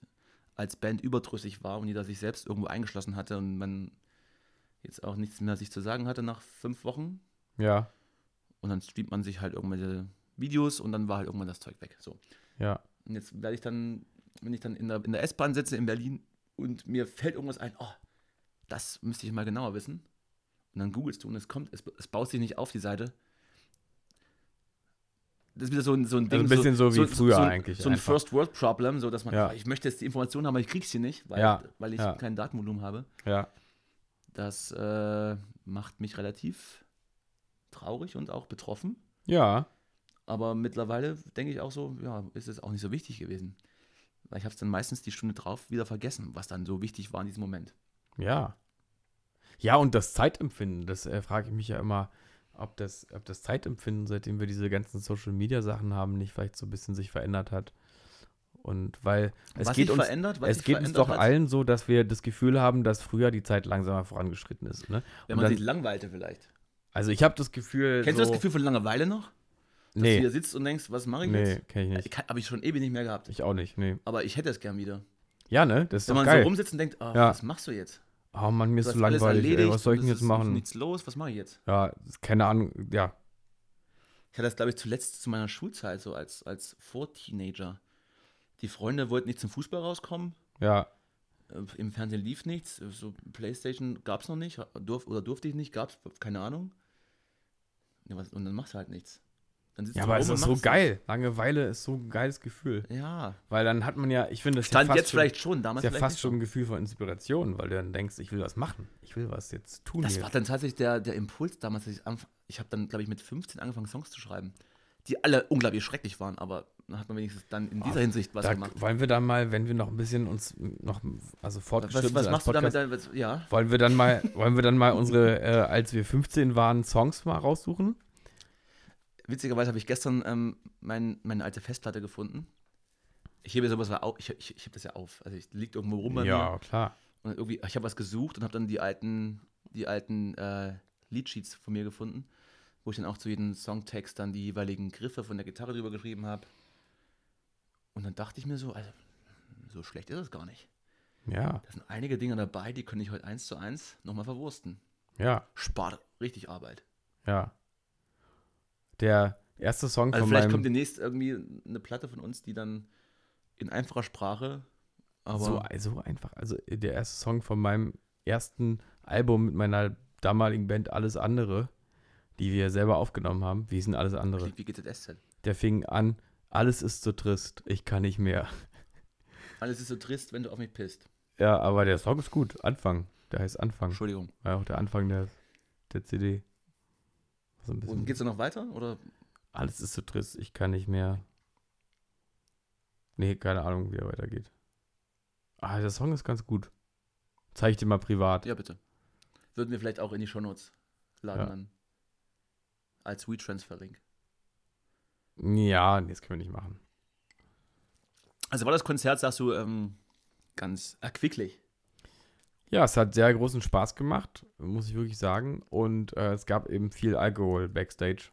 als Band überdrüssig war und jeder sich selbst irgendwo eingeschlossen hatte und man jetzt auch nichts mehr sich zu sagen hatte nach fünf Wochen.
Ja,
Und dann streamt man sich halt irgendwelche Videos und dann war halt irgendwann das Zeug weg. So.
ja.
Und jetzt werde ich dann, wenn ich dann in der, in der S-Bahn sitze in Berlin und mir fällt irgendwas ein, oh, das müsste ich mal genauer wissen. Und dann googelst du und es kommt, es, es baut sich nicht auf die Seite. Das ist wieder so ein, so ein Ding.
Also ein bisschen so wie früher
so, ein-
eigentlich
So ein
einfach.
First-World-Problem, so dass man,
Ja.
oh, ich möchte jetzt die Information haben, aber ich krieg's hier nicht, weil,
Ja,
weil ich
ja.
kein Datenvolumen habe.
Ja,
Das äh, macht mich relativ traurig und auch betroffen.
ja.
Aber mittlerweile denke ich auch so, ja, ist es auch nicht so wichtig gewesen. Weil ich habe es dann meistens die Stunde drauf wieder vergessen, was dann so wichtig war in diesem Moment.
Ja. Ja, und das Zeitempfinden, das äh, frage ich mich ja immer, ob das, ob das Zeitempfinden, seitdem wir diese ganzen Social-Media-Sachen haben, nicht vielleicht so ein bisschen sich verändert hat. Und weil es
was
geht,
sich
uns,
verändert, was
es
sich
geht uns
verändert
doch
hat,
allen so, dass wir das Gefühl haben, dass früher die Zeit langsamer vorangeschritten ist. Ne?
Wenn man
Und dann-
sich langweilte vielleicht.
also ich habe das Gefühl.
Kennst
so,
du das Gefühl von Langeweile noch? Dass du
Nee,
hier sitzt und denkst, was mache ich
nee
jetzt?
kenne ich nicht.
Ich Habe ich schon ewig nicht mehr gehabt.
Ich auch nicht, nee.
Aber ich hätte es gern wieder.
Ja, ne? Das ist
Wenn
doch
man
geil.
so rumsitzt und denkt, ah,
Ja.
was machst du jetzt?
Oh Mann, mir
Du
ist so
hast alles
langweilig. Ey,
erledigt
was soll ich
und
denn
es
jetzt
ist
machen?
Nichts los, was mache ich jetzt?
Ja, keine Ahnung. Ja,
Ich hatte das, glaube ich, zuletzt zu meiner Schulzeit, so als, als Vor-Teenager. Die Freunde wollten nicht zum Fußball rauskommen,
ja.
äh, im Fernsehen lief nichts, äh, so Playstation gab es noch nicht, durf, oder durfte ich nicht, gab es, keine Ahnung. Ja, was, und dann machst du halt nichts. Dann sitzt
Ja,
du
aber
rum
es
und
ist so
machst
geil. Langeweile ist so ein geiles Gefühl.
nichts. Ja,
Weil dann hat man ja, ich finde, das ist ja
stand
fast
jetzt
schon,
vielleicht schon, damals
ist ja
vielleicht
fast
nicht
schon
so.
ein Gefühl von Inspiration, weil du dann denkst, ich will was machen. Ich will was jetzt tun.
Das
hier.
war dann tatsächlich der, der Impuls damals, dass ich, anf- ich habe dann, glaube ich, mit 15 angefangen, Songs zu schreiben, die alle unglaublich schrecklich waren, aber dann hat man wenigstens dann in dieser Hinsicht was
da
gemacht.
wollen wir dann mal, wenn wir noch ein bisschen uns noch, also
Was,
fortgeschritten
was
sind als
machst du damit?
Podcast,
Dein, was, ja,
wollen wir dann mal, wollen wir dann mal unsere, äh, als wir 15 waren, Songs mal raussuchen?
witzigerweise habe ich gestern ähm, mein, meine alte Festplatte gefunden. Ich hebe sowas mal auf. Ich, ich, ich heb das ja auf. Also, ich liegt irgendwo rum bei mir.
Ja, klar.
Und irgendwie, ich habe was gesucht und habe dann die alten, die alten äh, Liedsheets von mir gefunden, wo ich dann auch zu jedem Songtext dann die jeweiligen Griffe von der Gitarre drüber geschrieben habe. Und dann dachte ich mir so, also, so schlecht ist es gar nicht.
Ja,
Da sind einige Dinge dabei, die könnte ich heute eins zu eins nochmal verwursten.
ja,
Spart richtig Arbeit.
ja. Der erste Song
Also
von
vielleicht
meinem,
kommt demnächst irgendwie eine Platte von uns, die dann in einfacher Sprache, aber
so, so einfach, also äh, der erste Song von meinem ersten Album mit meiner damaligen Band Alles Andere, die wir selber aufgenommen haben, wie sind Alles Andere?
klingt wie GZSZ.
Der fing an, alles ist so trist, ich kann nicht mehr.
Alles ist so trist, wenn du auf mich pisst.
Ja, aber der Song ist gut. Anfang. Der heißt Anfang.
Entschuldigung.
War ja auch der Anfang der, der CD. So ein bisschen.
Und geht's dann noch weiter? Oder
Alles ist so trist, ich kann nicht mehr. Nee, keine Ahnung, wie er weitergeht. Ah, der Song ist ganz gut. Zeig ich dir mal privat.
ja, bitte. Würden wir vielleicht auch in die Shownotes laden
Ja.
dann. Als WeTransfer-Link.
Ja, nee, das können wir nicht machen.
Also war das Konzert, sagst du, ähm, ganz erquicklich.
Ja, es hat sehr großen Spaß gemacht, muss ich wirklich sagen. Und äh, es gab eben viel Alkohol backstage.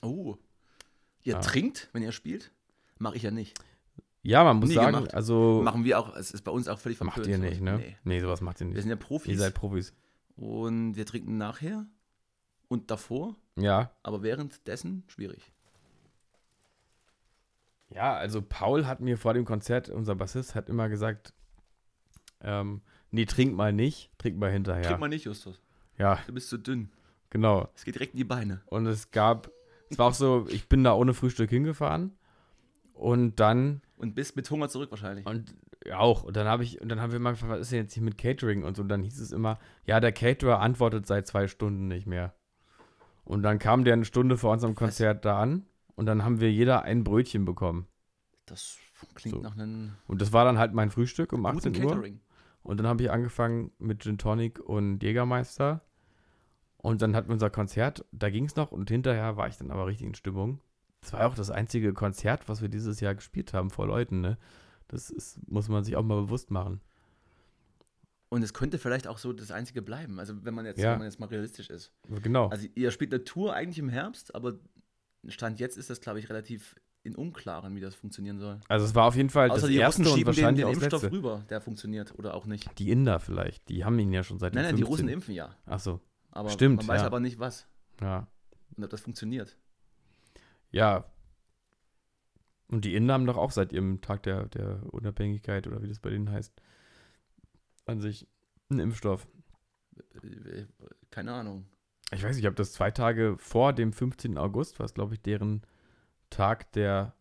Oh. Ihr
Ja.
trinkt, wenn ihr spielt? Mache ich ja nicht.
Ja, man muss
Nie
sagen,
gemacht.
also
Machen wir auch, es ist bei uns auch völlig
macht
verpönt,
ihr
sowas.
nicht, ne? Nee,
Nee.
sowas macht ihr
Wir
nicht.
sind ja
Ihr
Profis
seid Profis.
und wir trinken nachher und davor
Ja.
Aber währenddessen schwierig.
Ja, also Paul hat mir vor dem Konzert, unser Bassist, hat immer gesagt, ähm, nee, trink mal nicht, trink mal hinterher.
Trink mal nicht, Justus.
Ja,
Du bist zu dünn.
genau.
Es geht direkt in die Beine.
Und es gab, es war auch so, ich bin da ohne Frühstück hingefahren und dann
Und bist mit Hunger zurück wahrscheinlich.
und ja, auch und dann habe ich und dann haben wir mal gefragt, was ist denn jetzt hier mit Catering und so und dann hieß es immer, ja, der Caterer antwortet seit zwei Stunden nicht mehr. Und dann kam der eine Stunde vor unserem Konzert da an und dann haben wir jeder ein Brötchen bekommen.
Das klingt
So.
nach einem
Und das war dann halt mein Frühstück um
guten
18 Uhr.
Catering.
Und dann habe ich angefangen mit Gin Tonic und Jägermeister. Und dann hatten wir unser Konzert, da ging es noch und hinterher war ich dann aber richtig in Stimmung. Das war ja auch das einzige Konzert, was wir dieses Jahr gespielt haben vor Leuten, ne? Das ist, muss man sich auch mal bewusst machen.
Und es könnte vielleicht auch so das Einzige bleiben. Also wenn man jetzt,
Ja.
wenn man jetzt mal realistisch ist.
Genau.
Also ihr spielt eine Tour eigentlich im Herbst, aber Stand jetzt ist das, glaube ich, relativ in Unklaren, wie das funktionieren soll.
Also es war auf jeden Fall
Außer
das
die
erste
Russen
und
schieben den,
wahrscheinlich
den
auch das
Impfstoff
letzte.
rüber, der funktioniert oder auch nicht.
Die Inder vielleicht, die haben ihn ja schon seit
Nein,
den
nein, die
15.
Russen impfen ja.
Ach so,
Aber
Stimmt,
man weiß
ja.
aber nicht was
ja.
und ob das funktioniert.
Ja. Und die Inder haben doch auch seit ihrem Tag der, der Unabhängigkeit oder wie das bei denen heißt, an sich einen Impfstoff.
Äh, Keine Ahnung.
Ich weiß nicht, ob das zwei Tage vor dem 15. August war, es, glaube ich, deren Tag der,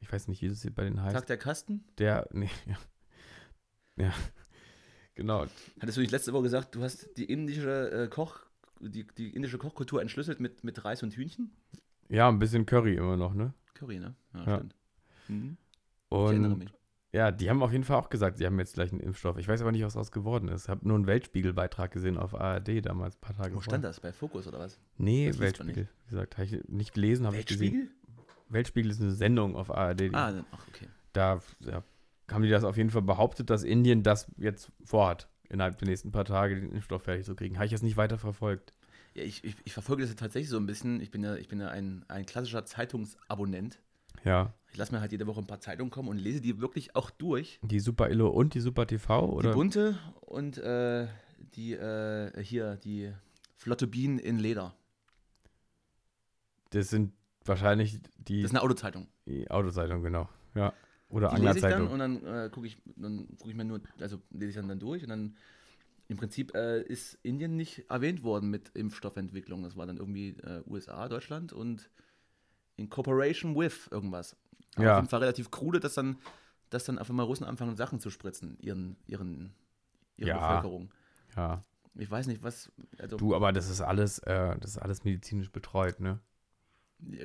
ich weiß nicht, wie das hier bei denen heißt,
Tag der Kasten?
der, nee, ja. ja. Genau,
Hattest du nicht letzte Woche gesagt, du hast die indische äh, Koch, die, die indische Kochkultur entschlüsselt mit, mit Reis und Hühnchen?
ja, ein bisschen Curry immer noch, ne?
Curry, ne?
Ja.
stimmt. Mhm. Ich erinnere
Und
mich.
ja, die haben auf jeden Fall auch gesagt, sie haben jetzt gleich einen Impfstoff. Ich weiß aber nicht, was daraus geworden ist. Ich habe nur einen Weltspiegel-Beitrag gesehen auf ARD damals, ein paar Tage
Wo
vorher.
stand das? Bei Fokus oder was?
Nee,
Das liest man
Weltspiegel, wie gesagt. Habe ich nicht gelesen, habe ich gesehen.
Weltspiegel?
Weltspiegel ist eine Sendung auf ARD. die-
Ah, dann, ach, okay.
Da ja, haben die das auf jeden Fall behauptet, dass Indien das jetzt vorhat, innerhalb der nächsten paar Tage den Impfstoff fertig zu kriegen. Habe ich jetzt nicht weiter verfolgt.
Ja, ich, ich, ich verfolge das ja tatsächlich so ein bisschen. Ich bin ja, ich bin ja ein, ein klassischer Zeitungsabonnent.
Ja.
Ich lasse mir halt jede Woche ein paar Zeitungen kommen und lese die wirklich auch durch.
Die Super Illo und die Super TV? Oder?
Die bunte und äh, die, äh, hier, die Flotte Bienen in Leder.
Das sind wahrscheinlich die,
Das ist eine Autozeitung.
die Autozeitung, genau. Ja. Oder
Die lese ich dann
Anglerzeitung.
und dann äh, gucke ich, dann gucke ich mir nur, also lese ich dann, dann durch und dann im Prinzip äh, ist Indien nicht erwähnt worden mit Impfstoffentwicklung. Das war dann irgendwie äh, USA, Deutschland und in Corporation with irgendwas. Aber
Ja.
Auf jeden Fall relativ krude, dass dann, dass dann einfach mal Russen anfangen, Sachen zu spritzen, ihren, ihren, ihre
Ja.
Bevölkerung.
Ja.
Ich weiß nicht, was, also
Du, aber das ist alles, äh, das ist alles medizinisch betreut, ne?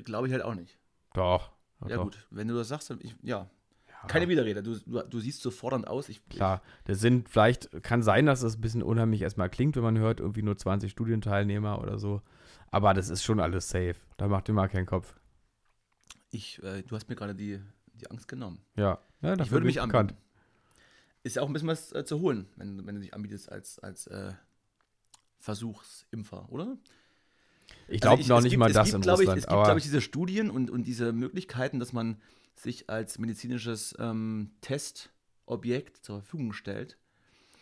glaube ich halt auch nicht.
Doch. Doch,
ja
doch.
gut, wenn du das sagst, dann ich, ja.
Ja.
Keine Widerrede, du, du, du siehst so fordernd aus. Ich,
Klar, das sind vielleicht, kann sein, dass das ein bisschen unheimlich erstmal klingt, wenn man hört, irgendwie nur 20 Studienteilnehmer oder so. Aber das ist schon alles safe. Da macht ihr mal keinen Kopf.
Ich, äh, du hast mir gerade die, die Angst genommen.
Ja, ja
ich würde mich
bekannt.
anbieten. Ist ja auch ein bisschen was äh, zu holen, wenn, wenn du dich anbietest als, als äh, Versuchsimpfer, oder?
Ich glaube
Also
noch
es
nicht
gibt-
mal
es
das
gibt,
in
glaub
Russland.
Ich, es gibt,
aber
glaube ich, diese Studien und, und diese Möglichkeiten, dass man sich als medizinisches ähm, Testobjekt zur Verfügung stellt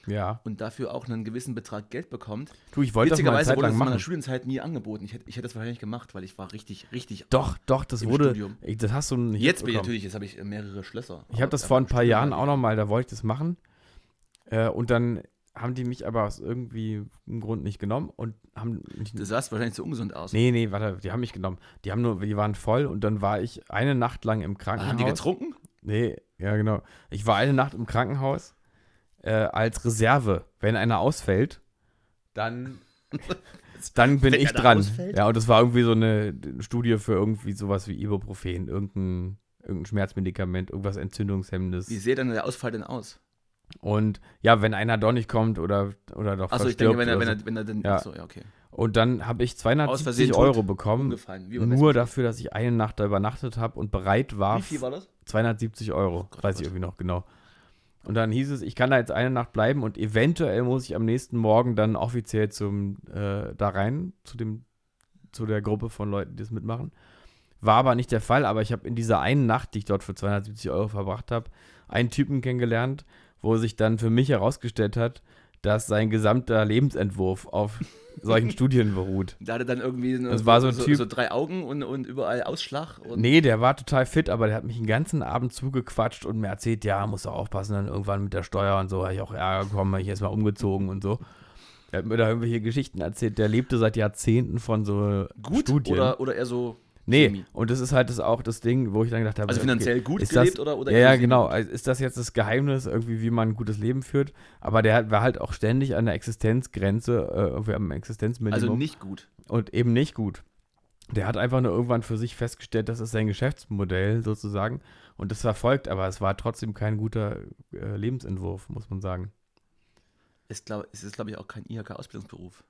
ja.
und dafür auch einen gewissen Betrag Geld bekommt.
Du, ich wollte das mal eine
Witzigerweise
Zeit
wurde das
lang
in meiner
machen.
Studienzeit nie angeboten. Ich hätte, ich hätte das wahrscheinlich gemacht, weil ich war richtig, richtig.
Doch, doch, das
im
wurde.
Studium.
Ich, das hast du nicht
Jetzt bin ich
mitbekommen.
natürlich, jetzt habe ich äh, mehrere Schlösser.
Ich habe das vor ein paar
halt-
Jahren auch nochmal, da wollte ich das machen. Äh, und dann haben die mich aber aus irgendwie einem Grund nicht genommen und haben mich
Du sahst wahrscheinlich zu ungesund aus.
Nee, nee, warte, die haben mich genommen. Die haben nur, die waren voll und dann war ich eine Nacht lang im
Ah,
Krankenhaus.
haben die getrunken?
Nee, ja, genau. Ich war eine Nacht im Krankenhaus äh, als Reserve. Wenn einer ausfällt, dann, dann bin
Wenn
ich
einer
dran.
ausfällt?
Ja, und das war irgendwie so eine Studie für irgendwie sowas wie Ibuprofen, irgendein, irgendein Schmerzmedikament, irgendwas Entzündungshemmendes.
Wie sähe denn der Ausfall denn aus?
Und ja, wenn einer doch nicht kommt oder, oder doch
Achso, ich
verstirbt.
denke, wenn er,
oder
wenn
so.
er, wenn er denn.
Ja.
Achso, ja, okay.
Und dann habe ich
Aus Versehen
270
tot.
Euro bekommen.
Umgefallen. Wie beim
Nur
Wespen.
dafür, dass ich eine Nacht da übernachtet habe und bereit war.
Wie viel war das?
270 Euro,
Gott,
weiß
Gott.
ich irgendwie noch genau. Und dann hieß es, ich kann da jetzt eine Nacht bleiben und eventuell muss ich am nächsten Morgen dann offiziell zum äh, da rein, zu dem, zu der Gruppe von Leuten, die das mitmachen. War aber nicht der Fall, aber ich habe in dieser einen Nacht, die ich dort für 270 Euro verbracht habe, einen Typen kennengelernt, wo sich dann für mich herausgestellt hat, dass sein gesamter Lebensentwurf auf solchen Studien beruht.
Da hatte dann irgendwie eine,
Das war so ein
so,
Typ-
so drei Augen und, und überall Ausschlag. Und
Nee, der war total fit, aber der hat mich den ganzen Abend zugequatscht und mir erzählt, ja, muss auch aufpassen, dann irgendwann mit der Steuer und so, habe ich auch Ärger bekommen, habe ich erstmal umgezogen und so. Der hat mir da irgendwelche Geschichten erzählt, der lebte seit Jahrzehnten von so
gut
Studien.
Oder, oder eher so.
nee,
Chemie.
und das ist halt das auch das Ding, wo ich dann gedacht habe,
Also finanziell gut
ist
gelebt
das,
oder, oder
ja,
eher
ja,
so-
genau. Also Ist das jetzt das Geheimnis, irgendwie, wie man ein gutes Leben führt? Aber der hat- war halt auch ständig an der Existenzgrenze, äh, irgendwie am Existenzminimum
Also nicht gut.
und eben nicht gut. Der hat einfach nur irgendwann für sich festgestellt, das ist sein Geschäftsmodell sozusagen und das verfolgt, aber es war trotzdem kein guter äh, Lebensentwurf, muss man sagen.
Ist, glaub, es ist, glaube ich, auch kein IHK-Ausbildungsberuf.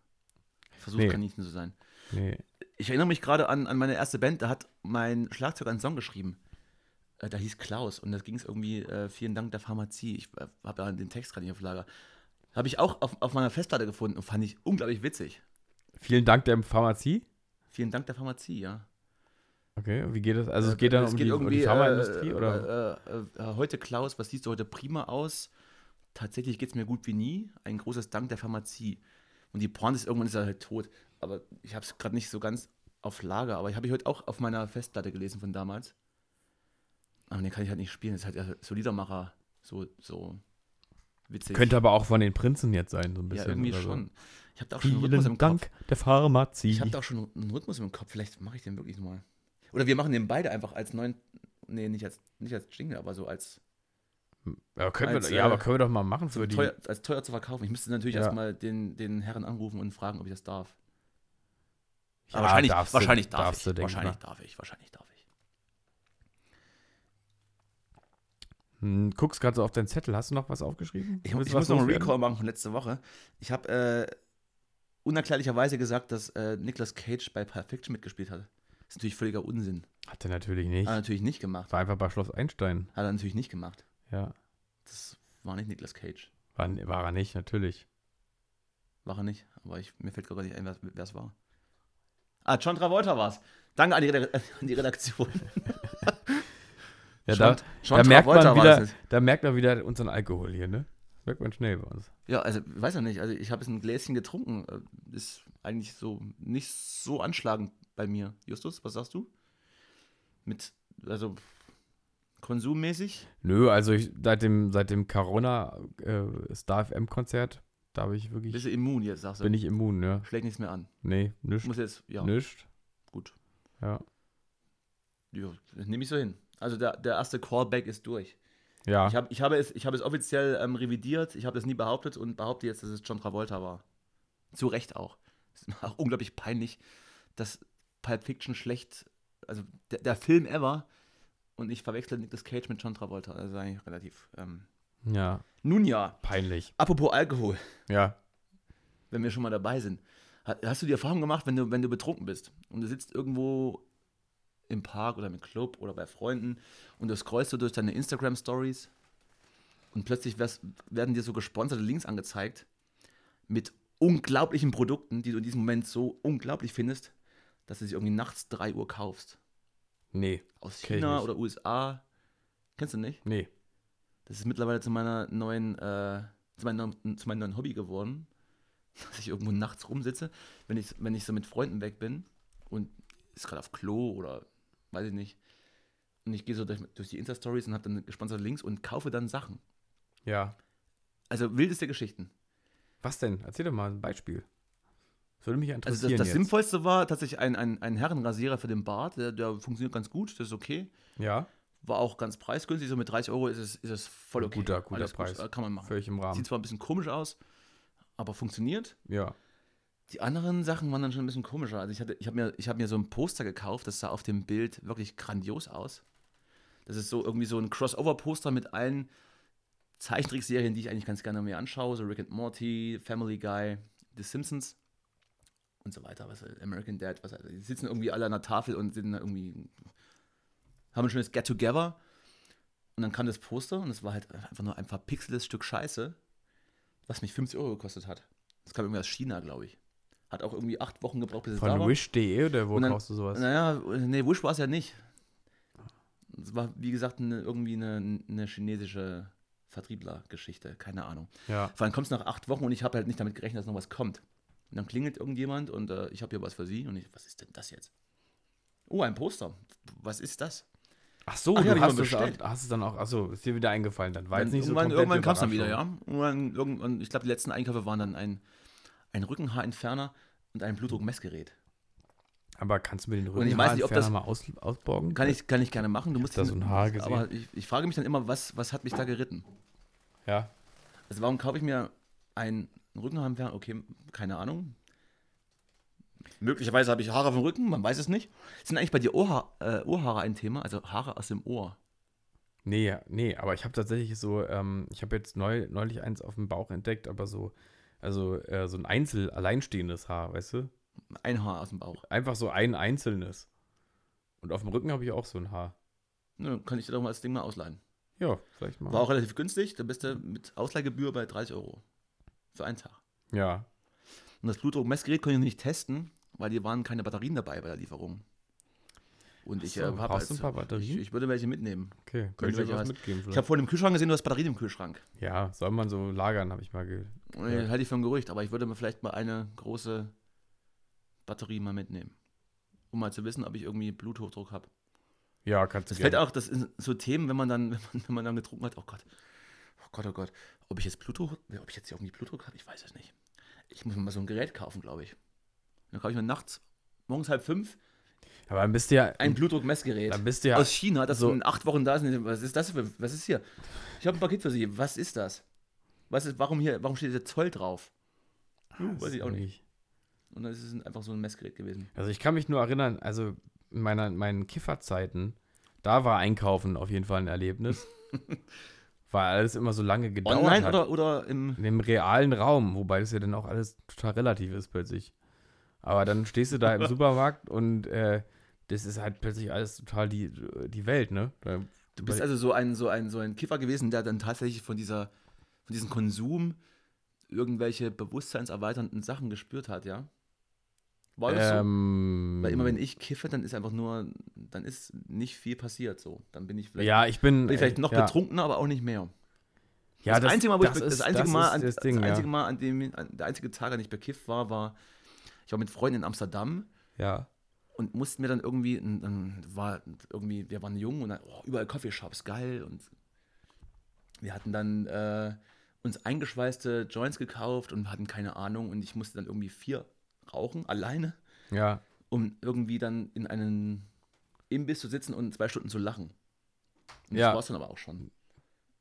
Versuch
Nee.
kann nicht zu sein.
Nee.
Ich erinnere mich gerade an, an meine erste Band, da hat mein Schlagzeuger einen Song geschrieben. Äh, Da hieß Klaus und das ging es irgendwie, äh, vielen Dank der Pharmazie. Ich äh, habe ja den Text gerade nicht auf Lager. Habe ich auch auf, auf meiner Festplatte gefunden und fand ich unglaublich witzig.
Vielen Dank der Pharmazie.
Vielen Dank der Pharmazie, ja.
Okay, und wie geht das? Also es
Äh,
geht dann um, die, um die
äh,
Pharmaindustrie
äh,
oder?
Äh, äh, äh, heute Klaus, was siehst du heute prima aus? Tatsächlich geht es mir gut wie nie. Ein großes Dank der Pharmazie. Und die Porn ist irgendwann ist er halt tot. Aber ich habe es gerade nicht so ganz auf Lager. Aber ich habe ich heute auch auf meiner Festplatte gelesen von damals. Aber den kann ich halt nicht spielen. Das ist halt eher so Liedermacher. So, so witzig.
Könnte aber auch von den Prinzen jetzt sein, so ein bisschen.
äh, ja, irgendwie
oder so.
schon. Ich habe da auch schon einen Rhythmus
Vielen
im Kopf.
Dank der Pharmazie.
Ich habe da auch schon einen Rhythmus im Kopf. Vielleicht mache ich den wirklich mal. Oder wir machen den beide einfach als neuen. Nee, nicht als, nicht als Jingle, aber so als
ja, können
als,
wir, ja,
äh,
aber können wir doch mal machen für die.
teuer, als teuer zu verkaufen. Ich müsste natürlich
Ja.
erstmal den, den Herren anrufen und fragen, ob ich das darf.
Ja,
Aber wahrscheinlich
darfst du-
wahrscheinlich darf
darfst
ich.
du, ne? denke ich
wahrscheinlich darf ich. Wahrscheinlich darf ich.
Hm, guckst gerade so auf deinen Zettel. Hast du noch was aufgeschrieben?
Ich,
Willst
ich
du was
muss noch einen
loswerden?
Recall machen von letzter Woche. Ich habe äh, unerklärlicherweise gesagt, dass äh, Nicolas Cage bei Pulp Fiction mitgespielt hat. Ist natürlich völliger Unsinn.
Hat er natürlich nicht.
Hat er natürlich nicht gemacht.
War einfach bei Schloss Einstein.
Hat er natürlich nicht gemacht.
Ja.
Das war nicht Nicolas Cage.
War, war er nicht, natürlich.
War er nicht, aber ich, mir fällt gerade nicht ein, wer- wer es war. Ah, John Travolta war es. Danke an die, Reda- an die Redaktion.
Ja,
John-
da,
John
da merkt man
Travolta war
wieder,
das jetzt.
da merkt man wieder unseren Alkohol hier, ne? Merkt man schnell bei uns.
Ja, also weiß ja nicht. Also ich habe jetzt ein Gläschen getrunken. Äh, Ist eigentlich so nicht so anschlagend bei mir. Justus, was sagst du? Mit, also konsummäßig?
Nö, also ich, seit dem, seit dem Corona äh, Star FM-Konzert, da bin ich wirklich.
Bist du immun jetzt, sagst du?
Bin ich immun, ne?
Schlägt nichts mehr an.
Nee,
Ich
nischt.
muss jetzt, ja,
Nischt.
gut.
Ja.
Ja, Nehme ich so hin. Also der, der erste Callback ist durch.
Ja.
Ich, hab, ich, habe es, ich habe es offiziell ähm, revidiert, ich habe das nie behauptet und behaupte jetzt, dass es John Travolta war. Zu Recht auch. Es ist auch unglaublich peinlich, dass Pulp Fiction schlecht, also der, der Film ever, und ich verwechsel Nicolas Cage mit John Travolta. Also eigentlich relativ. Ähm.
ja.
Nun ja,
Peinlich.
apropos Alkohol,
Ja.
wenn wir schon mal dabei sind. Ha- Hast du die Erfahrung gemacht, wenn du, wenn du betrunken bist und du sitzt irgendwo im Park oder im Club oder bei Freunden und du scrollst du durch deine Instagram-Stories und plötzlich wär's- werden dir so gesponserte Links angezeigt mit unglaublichen Produkten, die du in diesem Moment so unglaublich findest, dass du sie irgendwie nachts 3 Uhr kaufst.
Nee.
Aus
Kenn ich
China
nicht.
oder USA. Kennst du nicht?
Nee.
Das ist mittlerweile zu meiner neuen, äh, zu, meinem, neuen- zu meinem neuen Hobby geworden, dass ich irgendwo nachts rumsitze, wenn ich, wenn ich so mit Freunden weg bin und ist gerade auf Klo oder weiß ich nicht. Und ich gehe so durch, durch die Insta-Stories und habe dann gesponserte Links und kaufe dann Sachen.
Ja.
Also wildeste Geschichten.
Was denn? Erzähl doch mal ein Beispiel. Das würde mich ja interessieren.
Also das, das
jetzt.
Sinnvollste war tatsächlich ein, ein, ein Herrenrasierer für den Bart, der, der funktioniert ganz gut, das ist okay.
Ja,
War auch ganz preisgünstig, so mit 30 Euro ist es, ist es voll okay.
Guter- guter
Alles gut,
Preis.
äh, kann man machen.
völlig im Rahmen.
Sieht zwar ein bisschen komisch aus, aber funktioniert.
Ja.
Die anderen Sachen waren dann schon ein bisschen komischer. Also ich hatte, ich habe mir, ich habe mir so ein Poster gekauft, das sah auf dem Bild wirklich grandios aus. Das ist so irgendwie so ein Crossover-Poster mit allen Zeichentrickserien, die ich eigentlich ganz gerne mir anschaue, so Rick and Morty, Family Guy, The Simpsons und so weiter, was äh, American Dad, was die sitzen irgendwie alle an der Tafel und sind da irgendwie haben ein schönes Get Together und dann kam das Poster und es war halt einfach nur ein verpixeltes Stück Scheiße, was mich 50 Euro gekostet hat. Das kam irgendwie aus China, glaube ich. Hat auch irgendwie acht Wochen gebraucht, bis es da
Von
war.
Wish.de oder wo
Und dann-
kaufst du sowas?
Naja, nee, Wish war es ja nicht. Es war, wie gesagt, eine, irgendwie eine, eine chinesische Vertrieblergeschichte, keine Ahnung.
Ja.
Vor allem kommt es nach acht Wochen und ich habe halt nicht damit gerechnet, dass noch was kommt. Und dann klingelt irgendjemand und äh, ich habe hier was für Sie und ich, was ist denn das jetzt? Oh, ein Poster. Was ist das?
Ach so,
Ach ja,
du
die
hast,
haben
es,
bestellt.
hast es dann auch. Ach so, ist dir wieder eingefallen dann. War jetzt nicht so
irgendwann irgendwann
komplett
kam es dann wieder, ja.
Überraschung.
Irgendwann, irgendwann, ich glaube, die letzten Einkäufe waren dann ein, ein Rückenhaarentferner und ein Blutdruckmessgerät.
Aber kannst du mir den
Und ich weiß nicht, ob
Rückenhaarentferner
das-
mal aus, ausborgen?
Kann ich, kann ich gerne machen. Du musst
da
den-
so ein Haar gesehen.
Aber ich, ich frage mich dann immer, was, was hat mich da geritten?
Ja.
Also warum kaufe ich mir einen Rückenhaarentferner? Okay, keine Ahnung. Möglicherweise habe ich Haare vom Rücken, man weiß es nicht. Sind eigentlich bei dir Ohrha äh, Ohrhaare ein Thema? Also Haare aus dem Ohr.
Nee, ja, nee, aber ich habe tatsächlich so, ähm, ich habe jetzt neu, neulich eins auf dem Bauch entdeckt, aber so, also äh, so ein einzel alleinstehendes Haar, weißt du?
Ein Haar aus dem Bauch.
Einfach so ein einzelnes. Und auf dem Rücken habe ich auch so ein Haar.
Ne, kann ich dir doch mal das Ding mal ausleihen.
Ja, vielleicht mal.
War auch relativ günstig, da bist du mit Ausleihgebühr bei 30 Euro. Für einen Tag.
Ja.
Und das Blutdruckmessgerät konnte ich nicht testen, weil die waren keine Batterien dabei bei der Lieferung. Und
Ach
ich
so,
äh, hab
brauchst du
jetzt-
ein paar Batterien?
Ich, ich würde welche mitnehmen.
Okay,
Wenn
könnte
du
ich dir was
hast.
mitgeben
Ich habe
vielleicht.
vorhin im Kühlschrank gesehen, du hast Batterien im Kühlschrank.
Ja, soll man so lagern, habe ich mal ge
Und
Ja.
das Äh, Halte ich für ein Gerücht, aber ich würde mir vielleicht mal eine große Batterie mal mitnehmen. Um mal zu wissen, ob ich irgendwie Bluthochdruck habe.
Ja, kannst du
Das fällt auch, das sind so Themen, wenn man dann, wenn man, wenn man dann getrunken hat, oh Gott, oh Gott, oh Gott, ob ich jetzt Blutdruck, ob ich jetzt irgendwie Blutdruck habe, ich weiß es nicht. Ich muss mir mal so ein Gerät kaufen, glaube ich. Dann kaufe ich mir nachts, morgens halb fünf,
Aber dann bist du ja,
ein Blutdruckmessgerät.
Hm. dann bist du ja,
Aus China, das
so-
so in acht Wochen da ist. Was ist das für, was ist hier? Ich habe ein Paket für Sie. Was ist das? Was ist, warum hier, warum steht der Zoll drauf?
Ah,
Hm, weiß ich auch nicht. Und dann ist es einfach so ein Messgerät gewesen.
Also ich kann mich nur erinnern, also in meiner, in meinen Kifferzeiten, da war Einkaufen auf jeden Fall ein Erlebnis. weil alles immer so lange gedauert
Online
hat.
oder, oder im.
In dem realen Raum, wobei das ja dann auch alles total relativ ist plötzlich. Aber dann stehst du da im Supermarkt und äh, das ist halt plötzlich alles total die, die Welt, ne? Da,
Du bist also so ein, so ein, so ein Kiffer gewesen, der dann tatsächlich von dieser, von diesem Konsum irgendwelche bewusstseinserweiternden Sachen gespürt hat, ja? War das so?
ähm,
Weil immer wenn ich kiffe, dann ist einfach nur, dann ist nicht viel passiert so. Dann bin ich vielleicht,
Ja, ich bin. äh,
bin ich vielleicht noch
ja,
betrunkener, aber auch nicht mehr.
Ja,
das, einzige Mal, wo ich, be-
ist-
das einzige
das
Mal,
ist
an,
das
das
Ding,
einzige Mal an dem, an, der einzige Tag, an dem ich bekifft war, war, ich war mit Freunden in Amsterdam
ja.
und mussten mir dann irgendwie, n- dann war irgendwie, wir waren jung und dann, oh, überall Coffeeshops, geil und wir hatten dann äh, uns eingeschweißte Joints gekauft und hatten keine Ahnung und ich musste dann irgendwie vier rauchen, alleine,
Ja, ja.
um irgendwie dann in einen Imbiss zu sitzen und zwei Stunden zu lachen. Und
Ja.
das war es dann aber auch schon.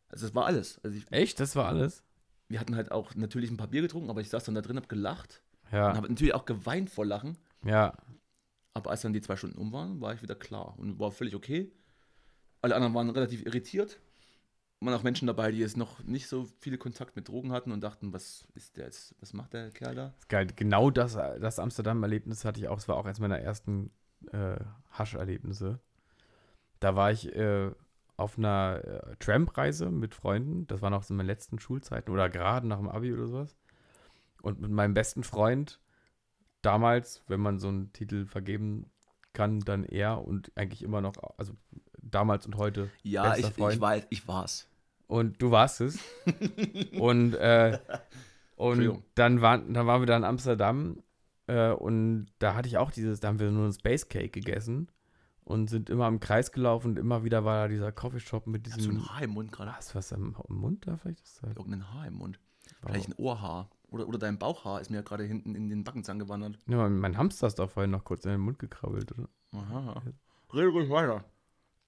Also das war alles. Also ich,
Echt? Das war alles?
wir hatten halt auch natürlich ein paar Bier getrunken, aber ich saß dann da drin, hab gelacht und
Ja.
hab natürlich auch geweint vor Lachen.
Ja.
Aber als dann die zwei Stunden um waren, war ich wieder klar und war völlig okay. Alle anderen waren relativ irritiert. Man auch Menschen dabei, die jetzt noch nicht so viel Kontakt mit Drogen hatten und dachten, was ist der jetzt, was macht der Kerl da?
Ist geil. Genau das, das Amsterdam-Erlebnis hatte ich auch. Es war auch eines meiner ersten äh, Hasch-Erlebnisse. Da war ich äh, auf einer äh, Tramp-Reise mit Freunden. Das war noch so in meinen letzten Schulzeiten oder gerade nach dem Abi oder sowas. Und mit meinem besten Freund damals, wenn man so einen Titel vergeben kann, dann er und eigentlich immer noch, also damals und heute. bester Freund.
war, halt, ich war's.
Und du warst es. und äh, und
Entschuldigung.
dann, waren, dann waren wir da in Amsterdam äh, und da hatte ich auch dieses, da haben wir nur einen Space Cake gegessen und sind immer im Kreis gelaufen und immer wieder war da dieser Coffeeshop mit
Hast du
diesem.
ein Haar im Mund gerade?
Hast du was im, im Mund da vielleicht? Ist da,
Irgendein Haar im Mund.
wow.
Vielleicht ein Ohrhaar. Oder, oder dein Bauchhaar ist mir ja gerade hinten in den Backenzahn gewandert.
Ja, mein- mein Hamster ist da vorhin noch kurz in den Mund gekrabbelt. Oder?
Aha. Rede ruhig weiter.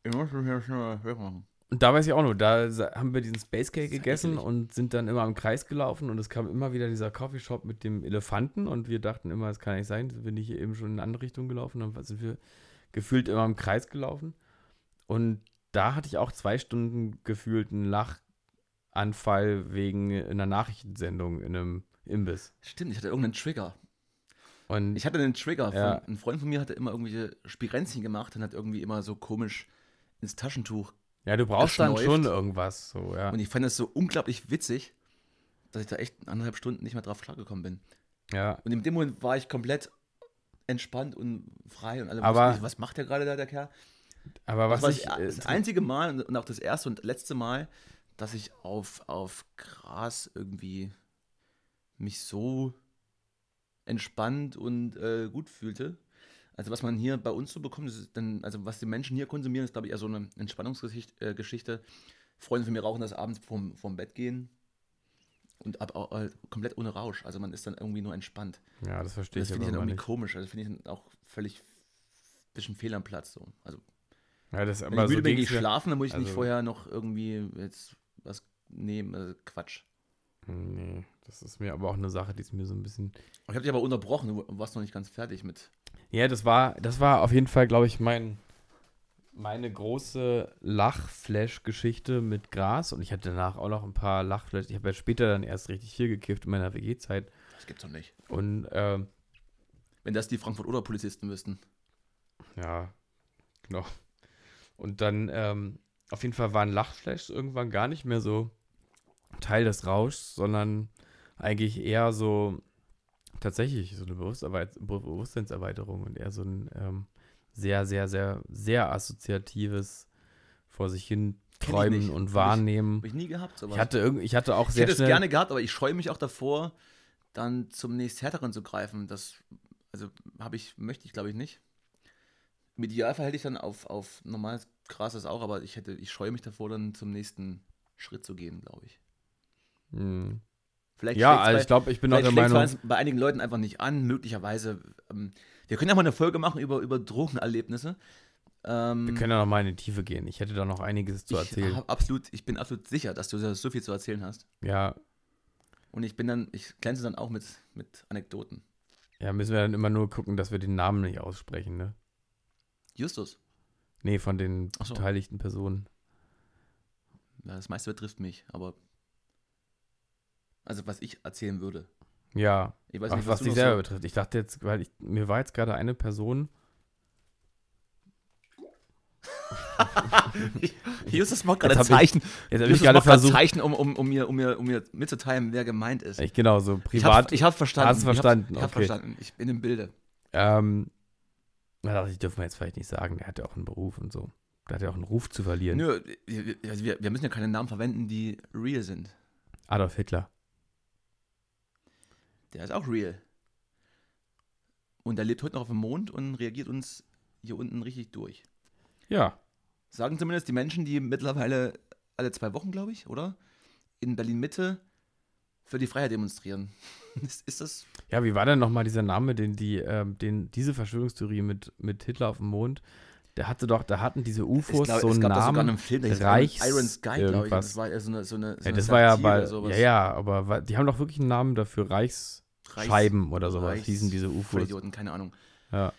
Ich muss mich hier schnell wegmachen.
Und da weiß ich auch noch, da sa- haben wir diesen Space Cake
Das ist
gegessen
ekelig.
und sind dann immer im Kreis gelaufen und es kam immer wieder dieser Coffeeshop mit dem Elefanten und wir dachten immer, es kann nicht sein, sind wir nicht hier eben schon in eine andere Richtung gelaufen, dann sind wir gefühlt immer im Kreis gelaufen und da hatte ich auch zwei Stunden gefühlt einen Lachanfall wegen einer Nachrichtensendung in einem Imbiss.
Stimmt, ich hatte irgendeinen Trigger.
Und
Ich hatte einen Trigger. Von,
Ja.
Ein Freund von mir hatte immer irgendwelche Spirenzchen gemacht und hat irgendwie immer so komisch ins Taschentuch.
ja, du brauchst dann
geschneuft.
schon irgendwas, so, ja.
Und ich fand das so unglaublich witzig, dass ich da echt anderthalb Stunden nicht mehr drauf klargekommen bin.
ja.
Und in dem Moment war ich komplett entspannt und frei und alle
Aber-
wussten, was macht der gerade da, der Kerl?
Aber was
das war
ich, äh,
das einzige Mal und- und auch das erste und letzte Mal, dass ich auf, auf Gras irgendwie mich so entspannt und äh, gut fühlte. Also was man hier bei uns so bekommt, das ist dann, also was die Menschen hier konsumieren, ist glaube ich eher so eine Entspannungsgeschichte. Äh, Geschichte. Freunde von mir rauchen das abends vorm, vorm Bett gehen und ab, au- äh, komplett ohne Rausch. Also man ist dann irgendwie nur entspannt.
ja, das verstehe
Das
ich
finde
aber
ich dann
immer
irgendwie
nicht.
komisch. Also finde ich dann auch völlig bisschen fehl am Platz so. Also
Ja, das,
wenn
aber
ich
so
müde bin, gehe
ging's
ich
mir-
schlafen, dann muss ich nicht
also-
vorher noch irgendwie jetzt was nehmen. Also Quatsch.
Nee, das ist mir aber auch eine Sache, die ist mir so ein bisschen.
Ich habe dich aber unterbrochen, du warst noch nicht ganz fertig mit.
Ja, das war, das war auf jeden Fall, glaube ich, mein, meine große Lachflash-Geschichte mit Gras. Und ich hatte danach auch noch ein paar Lachflash. Ich habe ja später dann erst richtig viel gekifft in meiner WG-Zeit.
Das gibt's doch nicht.
Und ähm,
Wenn das die Frankfurt-Oder-Polizisten wüssten.
ja, genau. Und dann, ähm, auf jeden Fall waren Lachflashs irgendwann gar nicht mehr so Teil des Rauschs, sondern eigentlich eher so tatsächlich so eine Bewusstseinsarbeit- Be- Bewusstseinserweiterung und eher so ein ähm, sehr, sehr, sehr, sehr assoziatives vor sich hin
Kenn ich
träumen
nicht. Hab
und
ich-
wahrnehmen.
Habe ich nie gehabt, sowas.
Ich hatte, irgend, ich hatte auch
ich
sehr
hätte es
schnell.
gerne gehabt, aber ich scheue mich auch davor, dann zum nächsthärteren zu greifen. Das, also habe ich, möchte ich glaube ich nicht. Im Idealfall hätte ich dann auf, auf normales Gras das auch, aber ich hätte, ich scheue mich davor, dann zum nächsten Schritt zu gehen, glaube ich.
Hm.
Vielleicht
Ja,
schlägt's
also
bei-
ich glaube, ich bin auch
Vielleicht
der
schlägt
Meinung.
es bei einigen Leuten einfach nicht an, möglicherweise. Ähm, wir können ja mal eine Folge machen über, über Drogenerlebnisse. Ähm,
Wir können ja noch mal in die Tiefe gehen. Ich hätte da noch einiges zu
Ich,
erzählen.
hab absolut, ich bin absolut sicher, dass du so viel zu erzählen hast.
Ja,
Und ich bin dann, ich glänze dann auch mit, mit Anekdoten.
Ja, müssen wir dann immer nur gucken, dass wir den Namen nicht aussprechen, ne?
Justus,
Nee, von den
Ach so.
beteiligten Personen.
ja, das meiste betrifft mich, aber. Also, was ich erzählen würde.
Ja,
Ich weiß
Ach,
nicht,
was
du
dich
noch
selber betrifft. Ich dachte jetzt, weil ich, mir war jetzt gerade eine Person.
so Justus macht gerade
Jetzt hab ich-
Zeichen.
Jetzt habe ich
Justus
gerade
macht gerade
versucht.
Zeichen, um, um, um, mir, um, mir, um mir mitzuteilen, wer gemeint ist.
Ich, genau, so
ich habe
privat.
ich hab verstanden.
Hast du verstanden,
Ich habe
okay.
hab verstanden. Ich bin im Bilde.
ähm, da dachte ich, dürfen wir jetzt vielleicht nicht sagen. Der hat ja auch einen Beruf und so. Der hat ja auch einen Ruf zu verlieren.
also Nö, wir, wir- wir müssen ja keine Namen verwenden, die real sind.
Adolf Hitler.
Der ist auch real. Und der lebt heute noch auf dem Mond und reagiert uns hier unten richtig durch.
Ja.
Sagen zumindest die Menschen, die mittlerweile alle zwei Wochen, glaube ich, oder? In Berlin-Mitte für die Freiheit demonstrieren. ist, ist das
Ja, wie war denn nochmal dieser Name, den die, ähm, den, diese Verschwörungstheorie mit, mit Hitler auf dem Mond, der hatte doch, da hatten diese UFOs
Ich glaub,
so einen
es gab da sogar
Namen.
einen Film, der hieß
Reichs
Iron Sky, glaube ich.
irgendwas.
Das war ja so eine, so eine, so
ja,
eine
das war ja
Satire
bei,
oder sowas.
ja, ja, aber wa- die haben doch wirklich einen Namen dafür, Reichsscheiben
Reichs-
oder sowas,
Reichs-
hießen diese UFOs.
Vollidioten, keine Ahnung.
Ja.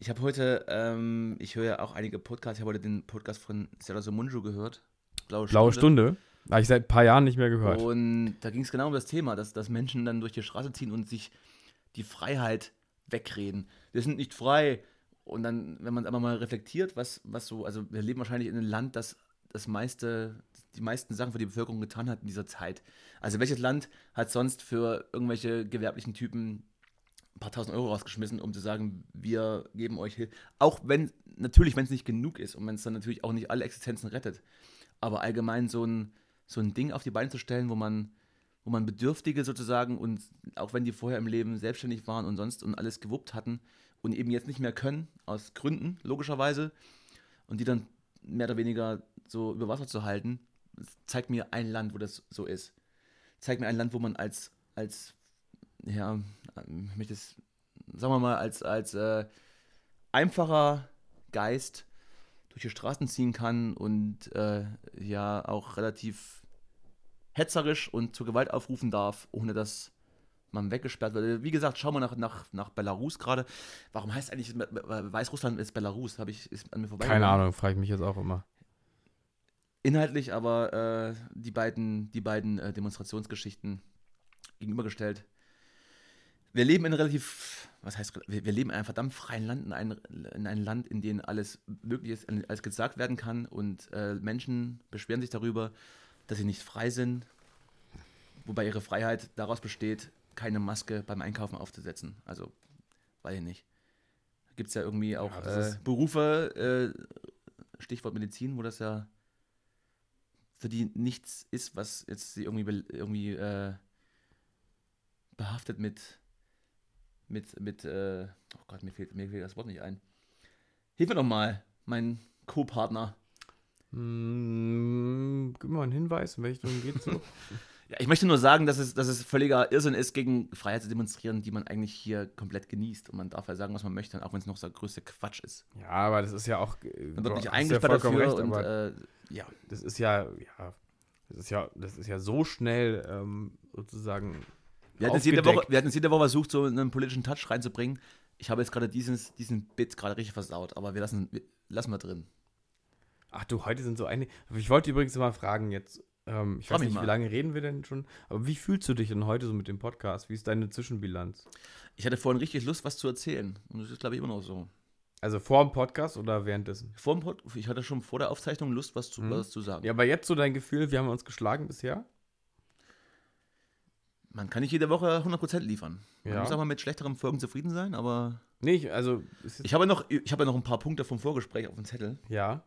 Ich habe heute, ähm, ich höre ja auch einige Podcasts, ich habe heute den Podcast von Sarah Somunju gehört. Blaue Stunde. Oh,
Blaue Stunde, habe ich seit ein paar Jahren nicht mehr gehört.
Und da ging es genau um das Thema, dass, dass Menschen dann durch die Straße ziehen und sich die Freiheit wegreden. Wir sind nicht frei. Und dann, wenn man es aber mal reflektiert, was, was so, also wir leben wahrscheinlich in einem Land, das das meiste, die meisten Sachen für die Bevölkerung getan hat in dieser Zeit. Also welches Land hat sonst für irgendwelche gewerblichen Typen ein paar tausend Euro rausgeschmissen, um zu sagen, wir geben euch Hilfe. Auch wenn, natürlich, wenn es nicht genug ist und wenn es dann natürlich auch nicht alle Existenzen rettet. Aber allgemein so ein, so ein Ding auf die Beine zu stellen, wo man, wo man Bedürftige sozusagen und auch wenn die vorher im Leben selbstständig waren und sonst und alles gewuppt hatten und eben jetzt nicht mehr können, aus Gründen, logischerweise, und die dann mehr oder weniger so über Wasser zu halten, zeigt mir ein Land, wo das so ist. Zeigt mir ein Land, wo man als, als ja, ähm, ich möchte es, sagen wir mal, als, als äh, einfacher Geist durch die Straßen ziehen kann und äh, ja auch relativ hetzerisch und zur Gewalt aufrufen darf, ohne dass man weggesperrt wird. Wie gesagt, schauen wir nach, nach, nach Belarus gerade. Warum heißt eigentlich äh, Weißrussland ist Belarus? Habe ich ist an mir vorbei.
Keine Ahnung, frage ich mich jetzt auch immer.
Inhaltlich aber äh, die beiden, die beiden äh, Demonstrationsgeschichten gegenübergestellt. Wir leben in relativ, was heißt, rel- wir, wir leben in einem verdammt freien Land, in einem, in einem Land, in dem alles möglich ist, in- alles gesagt werden kann und äh, Menschen beschweren sich darüber, dass sie nicht frei sind, wobei ihre Freiheit daraus besteht, keine Maske beim Einkaufen aufzusetzen. Also, weiß ich nicht. Gibt es ja irgendwie auch
Ja, das
äh,
ist-
Berufe, äh, Stichwort Medizin, wo das ja für die nichts ist, was jetzt sie irgendwie, bel- irgendwie äh, behaftet mit, mit, mit, äh, oh Gott, mir fehlt, mir fehlt das Wort nicht ein. Hilf mir doch mal, mein Co-Partner.
Hm, gib mir mal einen Hinweis, in welche Richtung geht's so?
Ja, ich möchte nur sagen, dass es, dass es völliger Irrsinn ist, gegen Freiheit zu demonstrieren, die man eigentlich hier komplett genießt. Und man darf ja sagen, was man möchte, auch wenn es noch der größte Quatsch ist.
ja, aber das ist ja auch. äh,
Man wird
du
nicht
hast ja
eingesperrt
vollkommen
dafür.
recht,
und,
aber
äh, ja,
das ist ja, ja, das ist ja, das ist ja so schnell ähm, sozusagen.
wir hatten, jetzt jede Woche,
aufgedeckt.
wir hatten jetzt jede Woche versucht, so einen politischen Touch reinzubringen. Ich habe jetzt gerade dieses, diesen Bit gerade richtig versaut, aber wir lassen, wir, lassen wir drin.
Ach du, heute sind so einige. Ich wollte übrigens mal fragen jetzt. Ähm, ich
Frag
weiß
mich
nicht,
mal.
wie lange reden wir denn schon? Aber wie fühlst du dich denn heute so mit dem Podcast? Wie ist deine Zwischenbilanz?
Ich hatte vorhin richtig Lust, was zu erzählen. Und das ist, glaube ich, immer noch so.
Also vor dem Podcast oder währenddessen?
Vor dem Pod ich hatte schon vor der Aufzeichnung Lust, was zu,
Mhm.
was zu sagen.
Ja, aber jetzt so dein Gefühl, wie haben wir uns geschlagen bisher?
Man kann nicht jede Woche 100% liefern. Man
Ja.
muss auch mal mit schlechteren Folgen zufrieden sein, aber
Nee, ich, also. Ist jetzt,
ich habe noch, ich habe noch ein paar Punkte vom Vorgespräch auf dem Zettel.
ja.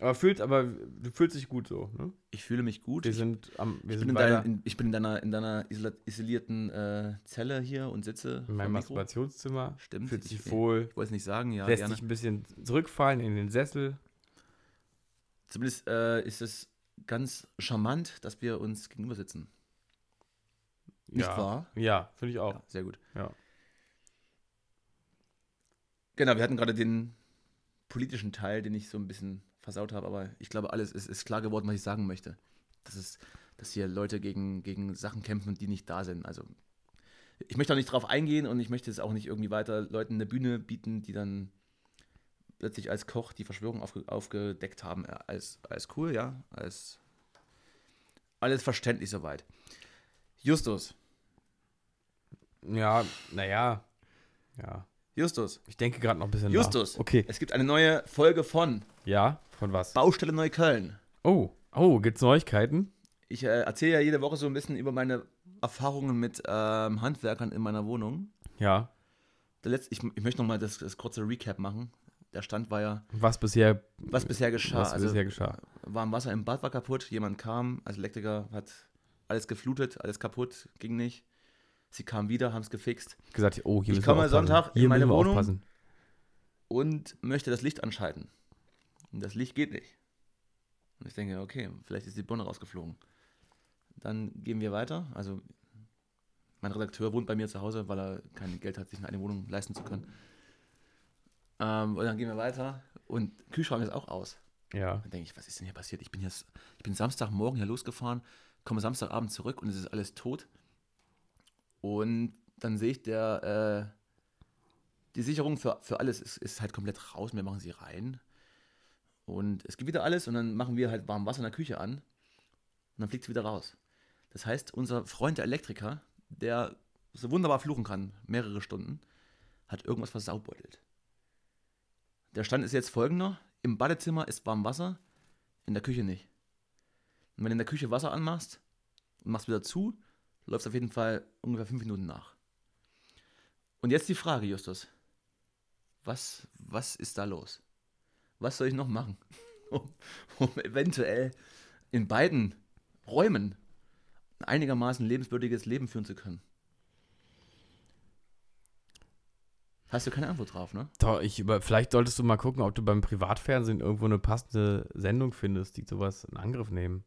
Aber fühlt, aber du fühlst dich gut so, ne?
Ich fühle mich gut.
Wir
Ich
sind am. Wir
bin,
sind
in
weiter
deiner, in, ich bin in deiner, in deiner isoliert- isolierten äh, Zelle hier und sitze.
in meinem
am Mikro.
Masturbationszimmer.
Stimmt.
Fühlt sich
Ich-
wohl.
Ich wollte es nicht sagen, ja,
lässt
gerne.
dich ein bisschen zurückfallen in den Sessel.
Zumindest äh, ist es ganz charmant, dass wir uns gegenüber sitzen. Nicht
ja.
wahr?
Ja, finde ich auch.
Ja, sehr gut.
Ja.
Genau, wir hatten gerade den politischen Teil, den ich so ein bisschen versaut habe, aber ich glaube, alles ist, ist klar geworden, was ich sagen möchte. Das ist, dass hier Leute gegen, gegen Sachen kämpfen, die nicht da sind. Also ich möchte auch nicht drauf eingehen und ich möchte es auch nicht irgendwie weiter Leuten eine Bühne bieten, die dann plötzlich als Koch die Verschwörung aufge, aufgedeckt haben. Ja, Als, als cool, ja, als alles verständlich soweit. Justus,
Ja, naja. Ja.
Justus,
Ich denke gerade noch ein bisschen.
Justus,
Nach. Okay.
es gibt eine neue Folge von
Ja, von was?
Baustelle Neukölln.
Oh, oh, gibt's Neuigkeiten?
Ich äh, erzähle ja jede Woche so ein bisschen über meine Erfahrungen mit ähm, Handwerkern in meiner Wohnung.
Ja.
Der letzte, ich, ich möchte nochmal das, das kurze Recap machen. Der Stand war ja,
Was bisher,
was bisher geschah. Also,
was bisher geschah?
warm Wasser im Bad war kaputt, jemand kam als Elektriker, hat alles geflutet, alles kaputt, ging nicht. Sie kamen wieder, haben es gefixt
gesagt, oh, hier
Ich
müssen wir
komme
aufpassen.
Sonntag in
hier
meine
müssen wir
Wohnung.
aufpassen.
und möchte das Licht anschalten. Und das Licht geht nicht. Und ich denke, okay, vielleicht ist die Birne rausgeflogen. Dann gehen wir weiter. Also, mein Redakteur wohnt bei mir zu Hause, weil er kein Geld hat, sich eine Wohnung leisten zu können. Ähm, und dann gehen wir weiter und Kühlschrank ist auch aus.
Ja.
Dann denke ich, was ist denn hier passiert? Ich bin, hier, ich bin Samstagmorgen hier losgefahren, komme Samstagabend zurück und es ist alles tot. Und dann sehe ich, der, äh, die Sicherung für, für alles ist, ist halt komplett raus. Wir machen sie rein. Und es gibt wieder alles und dann machen wir halt warm Wasser in der Küche an. Und dann fliegt es wieder raus. Das heißt, unser Freund der Elektriker, der so wunderbar fluchen kann, mehrere Stunden, hat irgendwas versaubeutelt. Der Stand ist jetzt folgender: Im Badezimmer ist warm Wasser, in der Küche nicht. Und wenn du in der Küche Wasser anmachst und machst wieder zu, läuft auf jeden Fall ungefähr fünf Minuten nach. Und jetzt die Frage, Justus: Was, was ist da los? Was soll ich noch machen, um, um eventuell in beiden Räumen ein einigermaßen lebenswürdiges Leben führen zu können? Hast du keine Antwort drauf, ne?
Doch, ich über, vielleicht solltest du mal gucken, ob du beim Privatfernsehen irgendwo eine passende Sendung findest, die sowas in Angriff nehmen.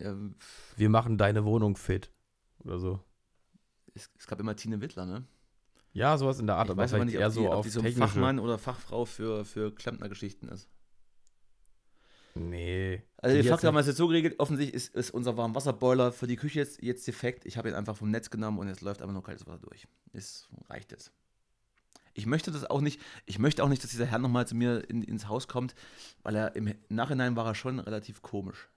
Ähm,
Wir machen deine Wohnung fit. Oder so.
es, es gab immer Tine Wittler, ne?
Ja, sowas in der Art,
ich
aber
weiß aber
vielleicht
nicht, ob,
eher
die,
so
ob
auf
die so ein
technische.
Fachmann oder Fachfrau für, für Klempnergeschichten ist.
Nee.
Also,
Die
den Fakt
jetzt-
haben wir es jetzt so geregelt. Offensichtlich ist, ist unser Warmwasserboiler für die Küche jetzt, jetzt defekt. Ich habe ihn einfach vom Netz genommen und jetzt läuft einfach nur kaltes Wasser durch. Ist, reicht jetzt. Ich möchte das auch nicht. Ich möchte auch nicht, dass dieser Herr nochmal zu mir in, ins Haus kommt, weil er im Nachhinein war er schon relativ komisch.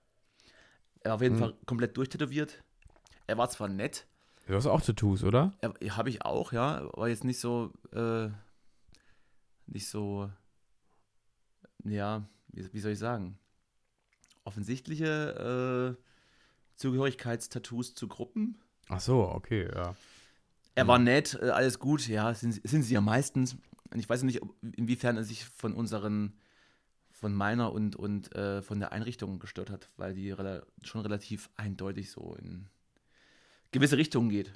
Er war
Hm.
auf jeden Fall komplett durchtätowiert. Er war zwar nett,
Du hast auch Tattoos, oder?
Habe ich auch, ja, aber jetzt nicht so, äh, nicht so, ja, wie, wie soll ich sagen? Offensichtliche äh, Zugehörigkeitstattoos zu Gruppen.
Ach so, okay, ja.
Er war nett, äh, alles gut, ja, sind, sie- sind sie ja meistens. Und ich weiß nicht, ob, inwiefern er sich von unseren, von meiner und, und äh, von der Einrichtung gestört hat, weil die rela schon relativ eindeutig so in gewisse Richtungen geht.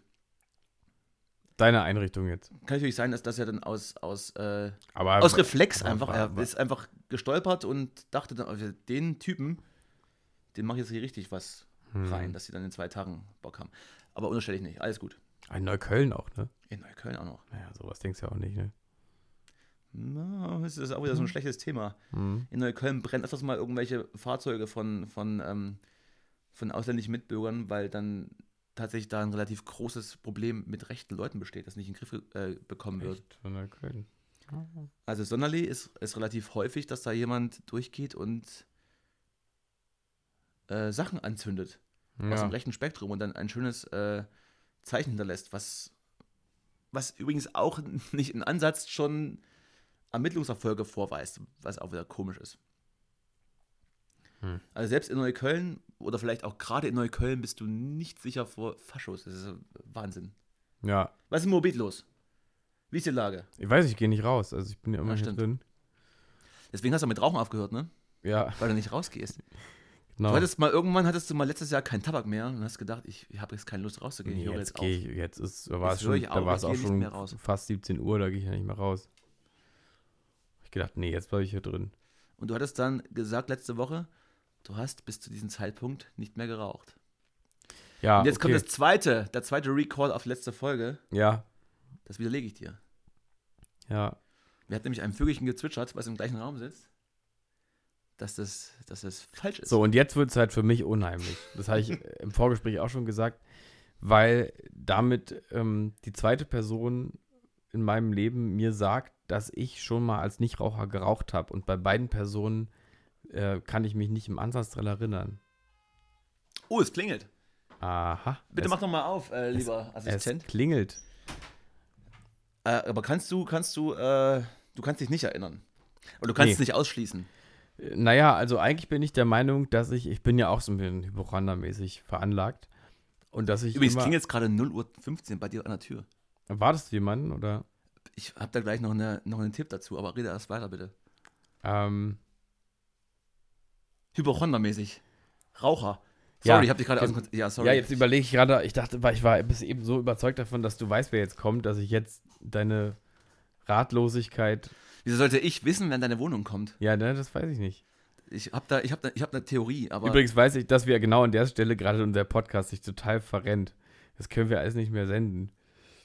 Deine Einrichtung jetzt.
Kann natürlich sein, dass das ja dann aus, aus äh,
Aber
Aus Reflex
aber-
einfach.
aber-
Er ist einfach gestolpert und dachte dann, also den Typen, den mache ich jetzt hier richtig was
Hm.
rein, dass sie dann in zwei Tagen Bock haben. Aber unterstelle ich nicht. Alles gut.
In Neukölln auch, ne?
In Neukölln auch noch.
Naja, sowas denkst du ja auch nicht, ne?
Na, das ist auch wieder so ein schlechtes Thema.
Hm.
In Neukölln brennen öfters mal irgendwelche Fahrzeuge von, von, ähm, von ausländischen Mitbürgern, weil dann tatsächlich da ein relativ großes Problem mit rechten Leuten besteht, das nicht in den Griff äh, bekommen wird.
Echt? Von Neukölln.
Also Sonderlee ist, ist relativ häufig, dass da jemand durchgeht und äh, Sachen anzündet aus
Ja.
dem rechten Spektrum und dann ein schönes äh, Zeichen hinterlässt, was, was übrigens auch nicht in Ansatz schon Ermittlungserfolge vorweist, was auch wieder komisch ist.
Hm.
Also selbst in Neukölln oder vielleicht auch gerade in Neukölln bist du nicht sicher vor Faschos. Das ist Wahnsinn.
ja.
Was ist im Moabit los? Wie ist die Lage?
Ich weiß, ich gehe nicht raus. Also ich bin ja immer
Ja,
hier
stimmt.
drin.
Deswegen hast du mit Rauchen aufgehört, ne?
Ja,
Weil du nicht rausgehst.
genau.
Du hattest mal irgendwann hattest du mal letztes Jahr keinen Tabak mehr und hast gedacht, ich habe jetzt keine Lust rauszugehen.
Nee,
ich höre
jetzt
jetzt
gehe
auf.
ich, jetzt ist, da war
Jetzt
es
höre
schon,
ich
da
auf,
war
ich
es auch
gehe nicht
schon
mehr raus.
fast 17 Uhr, da gehe ich ja nicht mehr raus. Ich gedacht, nee, jetzt bleibe ich hier drin.
Und du hattest dann gesagt letzte Woche, du hast bis zu diesem Zeitpunkt nicht mehr geraucht.
Ja,
und jetzt
Ah, okay.
kommt das zweite, der zweite Recall auf letzte Folge.
Ja,
Das widerlege ich dir.
ja.
Mir hat nämlich einem Vögelchen gezwitschert, was im gleichen Raum sitzt, dass das, dass das falsch ist.
So, und jetzt wird es halt für mich unheimlich. Das habe ich im Vorgespräch auch schon gesagt, weil damit ähm, die zweite Person in meinem Leben mir sagt, dass ich schon mal als Nichtraucher geraucht habe. Und bei beiden Personen äh, kann ich mich nicht im Ansatz dran erinnern.
Oh, es klingelt.
Aha.
Bitte
es,
mach doch mal auf, äh, lieber
es
Assistent.
klingelt.
Äh, aber kannst du, kannst du, äh, du kannst dich nicht erinnern. Aber du kannst
Nee.
es nicht ausschließen.
Naja, also eigentlich bin ich der Meinung, dass ich, ich bin ja auch so ein bisschen hypochondermäßig veranlagt. Und dass ich.
Übrigens
immer,
klingelt es gerade 0.15 Uhr bei dir an der Tür.
Wartest du jemanden oder?
Ich habe da gleich noch, eine, noch einen Tipp dazu, aber rede erst weiter bitte.
Ähm,
Hypochondermäßig. Raucher.
Ja.
Sorry, ich habe dich gerade aus dem Kon- Ja, sorry.
Ja, jetzt überlege ich gerade, ich dachte, weil ich war bis eben so überzeugt davon, dass du weißt, wer jetzt kommt, dass ich jetzt deine Ratlosigkeit.
Wieso sollte ich wissen, wenn deine Wohnung kommt?
Ja, ne, das weiß ich nicht.
Ich habe da, ich hab da, ich hab eine Theorie, aber.
Übrigens weiß ich, dass wir genau an der Stelle gerade unser Podcast sich total verrennt. Das können wir alles nicht mehr senden.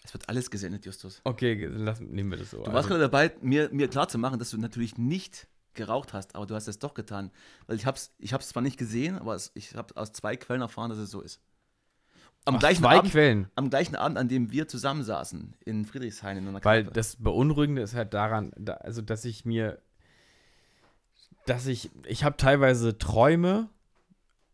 Es wird alles gesendet, Justus.
Okay, dann lass, nehmen wir das so. Also
Du warst gerade dabei, mir, mir klarzumachen, dass du natürlich nicht geraucht hast, aber du hast es doch getan. Weil ich habe es ich hab's zwar nicht gesehen, aber es, ich habe aus zwei Quellen erfahren, dass es so ist. Am,
Ach,
gleichen
zwei
Abend,
Quellen.
am gleichen Abend, an dem wir zusammensaßen in Friedrichshain in einer
Weil
Kneipe.
das Beunruhigende ist halt daran, da, also dass ich mir, dass ich, ich habe teilweise Träume,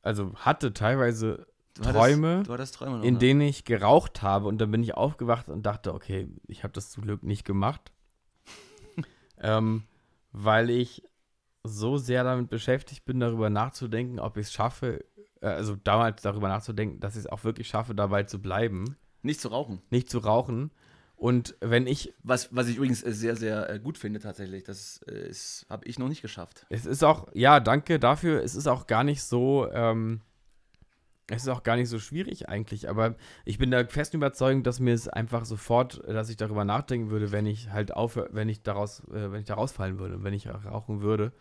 also hatte teilweise
Du hattest-
Träume,
Du hattest Träume noch,
in
ne?
denen ich geraucht habe und dann bin ich aufgewacht und dachte, okay, ich habe das zum Glück nicht gemacht, ähm, weil ich so sehr damit beschäftigt bin, darüber nachzudenken, ob ich es schaffe, äh, also damals darüber nachzudenken, dass ich es auch wirklich schaffe, dabei zu bleiben,
Nicht zu rauchen.
nicht zu rauchen. Und wenn ich,
Was, was ich übrigens äh, sehr, sehr äh, gut finde tatsächlich. Das äh, habe ich noch nicht geschafft.
es ist auch, ja, danke dafür, es ist auch gar nicht so, ähm, es ist auch gar nicht so schwierig eigentlich, aber ich bin der festen Überzeugung, dass mir es einfach sofort, dass ich darüber nachdenken würde, wenn ich halt aufhöre, wenn ich daraus, äh, wenn ich da rausfallen würde, wenn ich rauchen würde,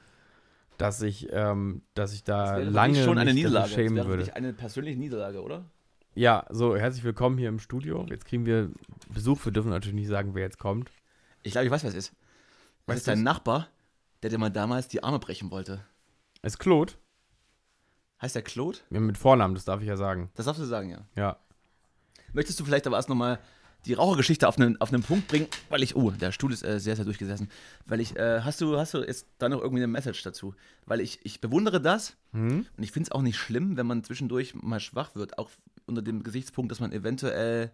dass ich, ähm, dass ich da
Das wäre
lange
wirklich schon eine
mich dafür
Niederlage. das
schämen
wäre
würde.
wirklich eine persönliche Niederlage, oder?
Ja, so, herzlich willkommen hier im Studio. Jetzt kriegen wir Besuch, wir dürfen natürlich nicht sagen, wer jetzt kommt.
Ich glaube, ich weiß, wer es ist. Das
Weißt
ist dein
du's?
Nachbar, der dir mal damals die Arme brechen wollte.
Es ist Claude,
Heißt der Claude?
mit Vornamen, das darf ich ja sagen.
Das darfst du sagen, ja.
Ja.
Möchtest du vielleicht aber erst nochmal die Rauchergeschichte auf einen, auf einen Punkt bringen, weil ich, oh, der Stuhl ist äh, sehr, sehr durchgesessen, weil ich, äh, hast du, hast du jetzt da noch irgendwie eine Message dazu? Weil ich, ich bewundere das
Hm?
und ich finde es auch nicht schlimm, wenn man zwischendurch mal schwach wird, auch unter dem Gesichtspunkt, dass man eventuell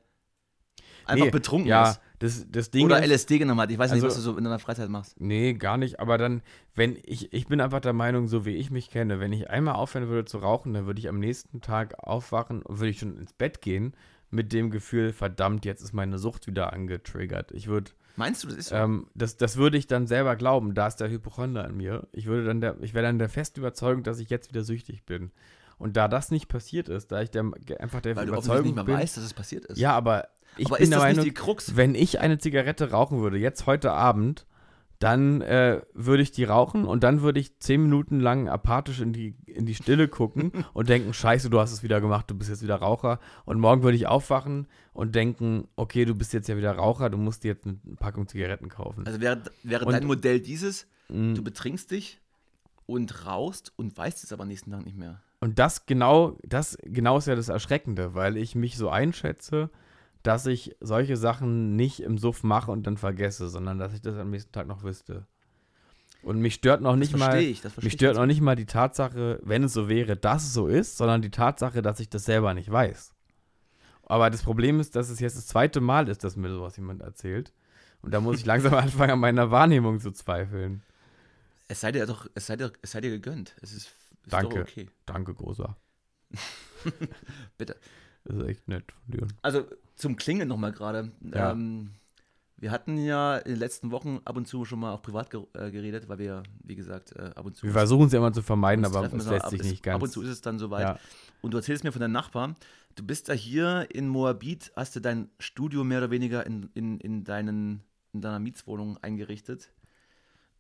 einfach
Nee,
betrunken
ja,
ist.
das, das Ding
Oder
ist,
LSD genommen hat. Ich weiß nicht,
Also-
was du so in deiner Freizeit machst.
Nee, gar nicht. Aber dann, wenn ich, ich bin einfach der Meinung, so wie ich mich kenne, wenn ich einmal aufhören würde zu rauchen, dann würde ich am nächsten Tag aufwachen und würde ich schon ins Bett gehen mit dem Gefühl, verdammt, jetzt ist meine Sucht wieder angetriggert. Ich würde,
Meinst du, das ist so?
ähm, das, das würde ich dann selber glauben. Da ist der Hypochonder in mir. Ich würde dann der, ich wäre dann der festen Überzeugung, dass ich jetzt wieder süchtig bin. Und da das nicht passiert ist, da ich der, einfach der
weil du offensichtlich
Überzeugung
nicht mehr
bin,
weißt, dass es passiert ist.
ja, aber ich
Aber
bin
ist
der
das
Meinung,
nicht die Krux?
wenn ich eine Zigarette rauchen würde, jetzt heute Abend, dann äh, würde ich die rauchen und dann würde ich zehn Minuten lang apathisch in die, in die Stille gucken und denken, scheiße, du hast es wieder gemacht, du bist jetzt wieder Raucher. Und morgen würde ich aufwachen und denken, okay, du bist jetzt ja wieder Raucher, du musst dir jetzt eine Packung Zigaretten kaufen.
Also wäre, wäre
Und-
dein Modell dieses,
Mm.
du betrinkst dich und rauchst und weißt es aber nächsten Tag nicht mehr.
Und das genau, das genau ist ja das Erschreckende, weil ich mich so einschätze, dass ich solche Sachen nicht im Suff mache und dann vergesse, sondern dass ich das am nächsten Tag noch wüsste. Und mich stört noch nicht mal,
verstehe ich, das verstehe
mich
ich
stört
jetzt.
noch nicht mal die Tatsache, wenn es so wäre, dass es so ist, sondern die Tatsache, dass ich das selber nicht weiß. Aber das Problem ist, dass es jetzt das zweite Mal ist, dass mir sowas jemand erzählt. Und da muss ich langsam anfangen, an meiner Wahrnehmung zu zweifeln.
Es sei dir doch, es sei dir, es sei dir gegönnt. Es ist, ist
Danke.
doch okay.
Danke, Großer.
Bitte.
Das ist echt nett von dir.
Also zum Klingeln nochmal gerade.
Ja.
Ähm, wir hatten ja in den letzten Wochen ab und zu schon mal auch privat ge äh, geredet, weil wir, wie gesagt, äh, ab und zu.
Wir
uns-
versuchen es ja immer zu vermeiden,
uns
aber
treffen
es
müssen,
lässt
ab-
sich
es-
nicht ganz.
Ab und zu ist es dann soweit.
Ja.
Und du erzählst mir von deinem Nachbarn, du bist da hier in Moabit, hast du dein Studio mehr oder weniger in, in, in, deinen, in deiner Mietswohnung eingerichtet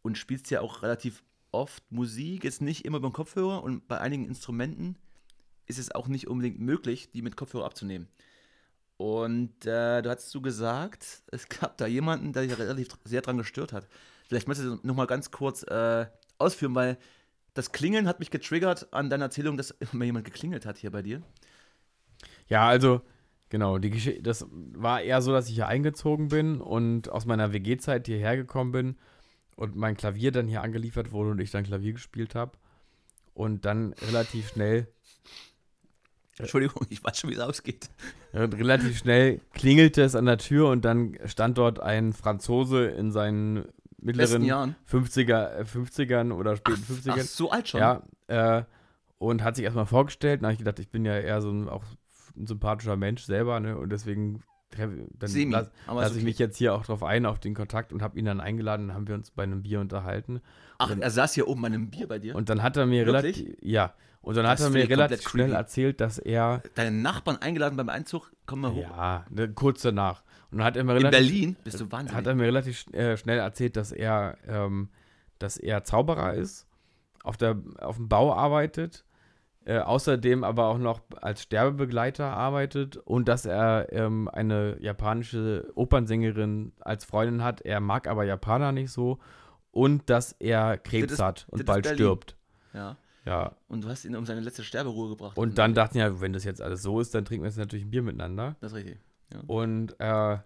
und spielst ja auch relativ oft Musik, jetzt nicht immer über den Kopfhörer und bei einigen Instrumenten ist es auch nicht unbedingt möglich, die mit Kopfhörer abzunehmen. Und äh, du hast du gesagt, es gab da jemanden, der dich relativ sehr dran gestört hat. Vielleicht möchtest du nochmal ganz kurz äh, ausführen, weil das Klingeln hat mich getriggert an deiner Erzählung, dass immer jemand geklingelt hat hier bei dir.
ja, also, genau, die Geschichte, das war eher so, dass ich hier eingezogen bin und aus meiner WG-Zeit hierher gekommen bin und mein Klavier dann hier angeliefert wurde und ich dann Klavier gespielt habe. Und dann relativ schnell,
Entschuldigung, ich weiß schon, wie es ausgeht.
relativ schnell klingelte es an der Tür und dann stand dort ein Franzose in seinen
Besten
mittleren
Jahren.
50er, äh, 50ern oder späten
Ach,
50ern.
so alt schon.
Ja, äh, und hat sich erstmal vorgestellt. Dann habe ich gedacht, ich bin ja eher so ein, auch ein sympathischer Mensch selber, ne? Und deswegen treffe- dann
Semi,
lass,
aber
lasse
ist
ich
okay.
mich jetzt hier auch drauf ein, auf den Kontakt und habe ihn dann eingeladen und haben wir uns bei einem Bier unterhalten.
Ach, er saß hier oben an einem Bier bei dir.
Und dann hat er mir
Wirklich?
relativ, ja, und dann
Das
hat er
finde
mir
ich komplett
relativ schnell
creepy.
erzählt, dass er,
Deine Nachbarn eingeladen beim Einzug, komm mal hoch.
ja, ne, kurz danach. Und dann hat er mir
In
relativ,
Berlin bist du
hat
wahnsinnig.
er mir relativ sch- äh, schnell erzählt, dass er, ähm, dass er Zauberer ist, auf, der, auf dem Bau arbeitet, äh, außerdem aber auch noch als Sterbebegleiter arbeitet und dass er ähm, eine japanische Opernsängerin als Freundin hat. Er mag aber Japaner nicht so und dass er Krebs
ist-
hat
das
und
ist
bald
Berlin.
stirbt.
ja.
Ja,
Und du hast ihn um seine letzte Sterberuhe gebracht.
Und dann dachten ja, wenn das jetzt alles so ist, dann trinken wir jetzt natürlich ein Bier miteinander.
Das ist richtig.
Und äh,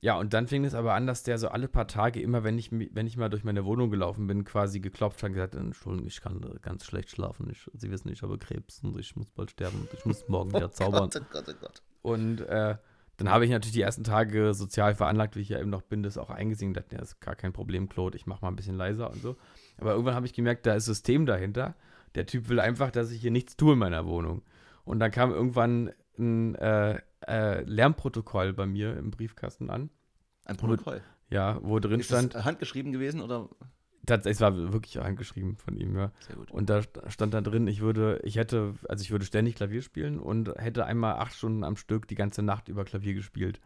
ja, und dann fing es aber an, dass der so alle paar Tage immer, wenn ich, mi- wenn ich mal durch meine Wohnung gelaufen bin, quasi geklopft hat und gesagt, Entschuldigung, ich kann äh, ganz schlecht schlafen. Ich, Sie wissen, ich habe Krebs und ich muss bald sterben und ich muss morgen wieder zaubern.
Gott, oh Gott, oh Gott.
Und äh, dann habe ich natürlich die ersten Tage sozial veranlagt, wie ich ja eben noch bin, das auch eingesehen. Dachte, ja, ist gar kein Problem, Claude, ich mache mal ein bisschen leiser und so. Aber irgendwann habe ich gemerkt, da ist System dahinter. Der Typ will einfach, dass ich hier nichts tue in meiner Wohnung. Und dann kam irgendwann ein äh, äh, Lärmprotokoll bei mir im Briefkasten an.
Ein Protokoll.
Ja, wo drin
Ist das
stand,
handgeschrieben gewesen oder?
tatsächlich es war wirklich angeschrieben von ihm, ja.
Sehr gut.
Und da st- stand da drin, ich würde, ich hätte, also ich würde ständig Klavier spielen und hätte einmal acht Stunden am Stück die ganze Nacht über Klavier gespielt.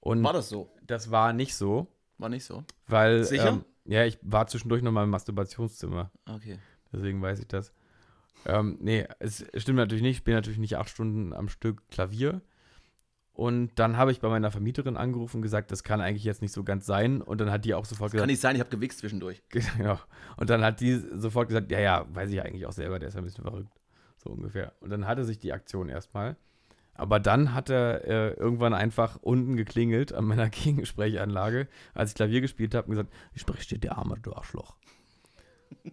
Und
War
das?
das so?
war nicht so,
War nicht so?
weil.
Sicher?
Ähm, ja, ich war zwischendurch nochmal im Masturbationszimmer,
Okay.
deswegen weiß ich das. Ähm, nee, es stimmt natürlich nicht, ich spiele natürlich nicht acht Stunden am Stück Klavier. Und dann habe ich bei meiner Vermieterin angerufen und gesagt, das kann eigentlich jetzt nicht so ganz sein. Und dann hat die auch sofort gesagt,
Kann nicht sein, ich habe gewichst zwischendurch.
Genau. Und dann hat die sofort gesagt, ja, ja, weiß ich eigentlich auch selber, der ist ein bisschen verrückt. So ungefähr. Und dann hatte sich die Aktion erstmal. Aber dann hat er äh, irgendwann einfach unten geklingelt an meiner Gegensprechanlage, als ich Klavier gespielt habe und gesagt, ich spreche dir, der arme, du Arschloch.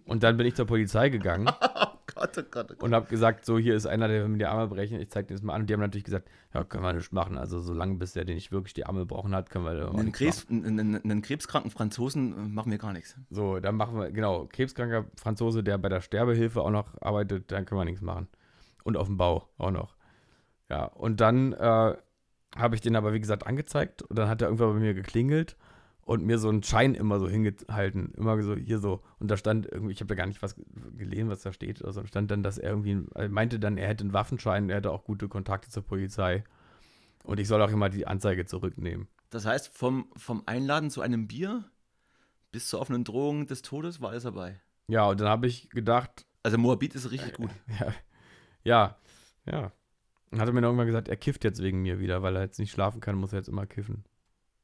Und dann bin ich zur Polizei gegangen
Oh Gott, oh Gott, oh Gott.
und habe gesagt, so, hier ist einer, der will mir die Arme brechen, ich zeig dir das mal an. Und die haben natürlich gesagt, ja, können wir nicht machen. Also solange bis der, den ich wirklich die Arme gebrochen hat, können wir da auch
Einen,
nichts machen.
Krebs, einen, einen- einen krebskranken Franzosen äh, machen wir gar nichts.
So, dann machen wir, genau, krebskranker Franzose, der bei der Sterbehilfe auch noch arbeitet, dann können wir nichts machen. Und auf dem Bau auch noch. Ja, und dann äh, habe ich den aber, wie gesagt, angezeigt und dann hat er irgendwann bei mir geklingelt und mir so einen Schein immer so hingehalten, immer so hier so. Und da stand irgendwie, ich habe da gar nicht was gelesen, was da steht oder so, und stand dann, dass er irgendwie, er meinte dann, er hätte einen Waffenschein, er hätte auch gute Kontakte zur Polizei. Und ich soll auch immer die Anzeige zurücknehmen.
Das heißt, vom, vom Einladen zu einem Bier bis zur offenen Drohung des Todes war alles dabei.
Ja, und dann habe ich gedacht,
Also Moabit ist richtig
Äh,
gut.
Ja. Ja. Ja. Und hat er mir dann irgendwann gesagt, er kifft jetzt wegen mir wieder, weil er jetzt nicht schlafen kann, muss er jetzt immer kiffen.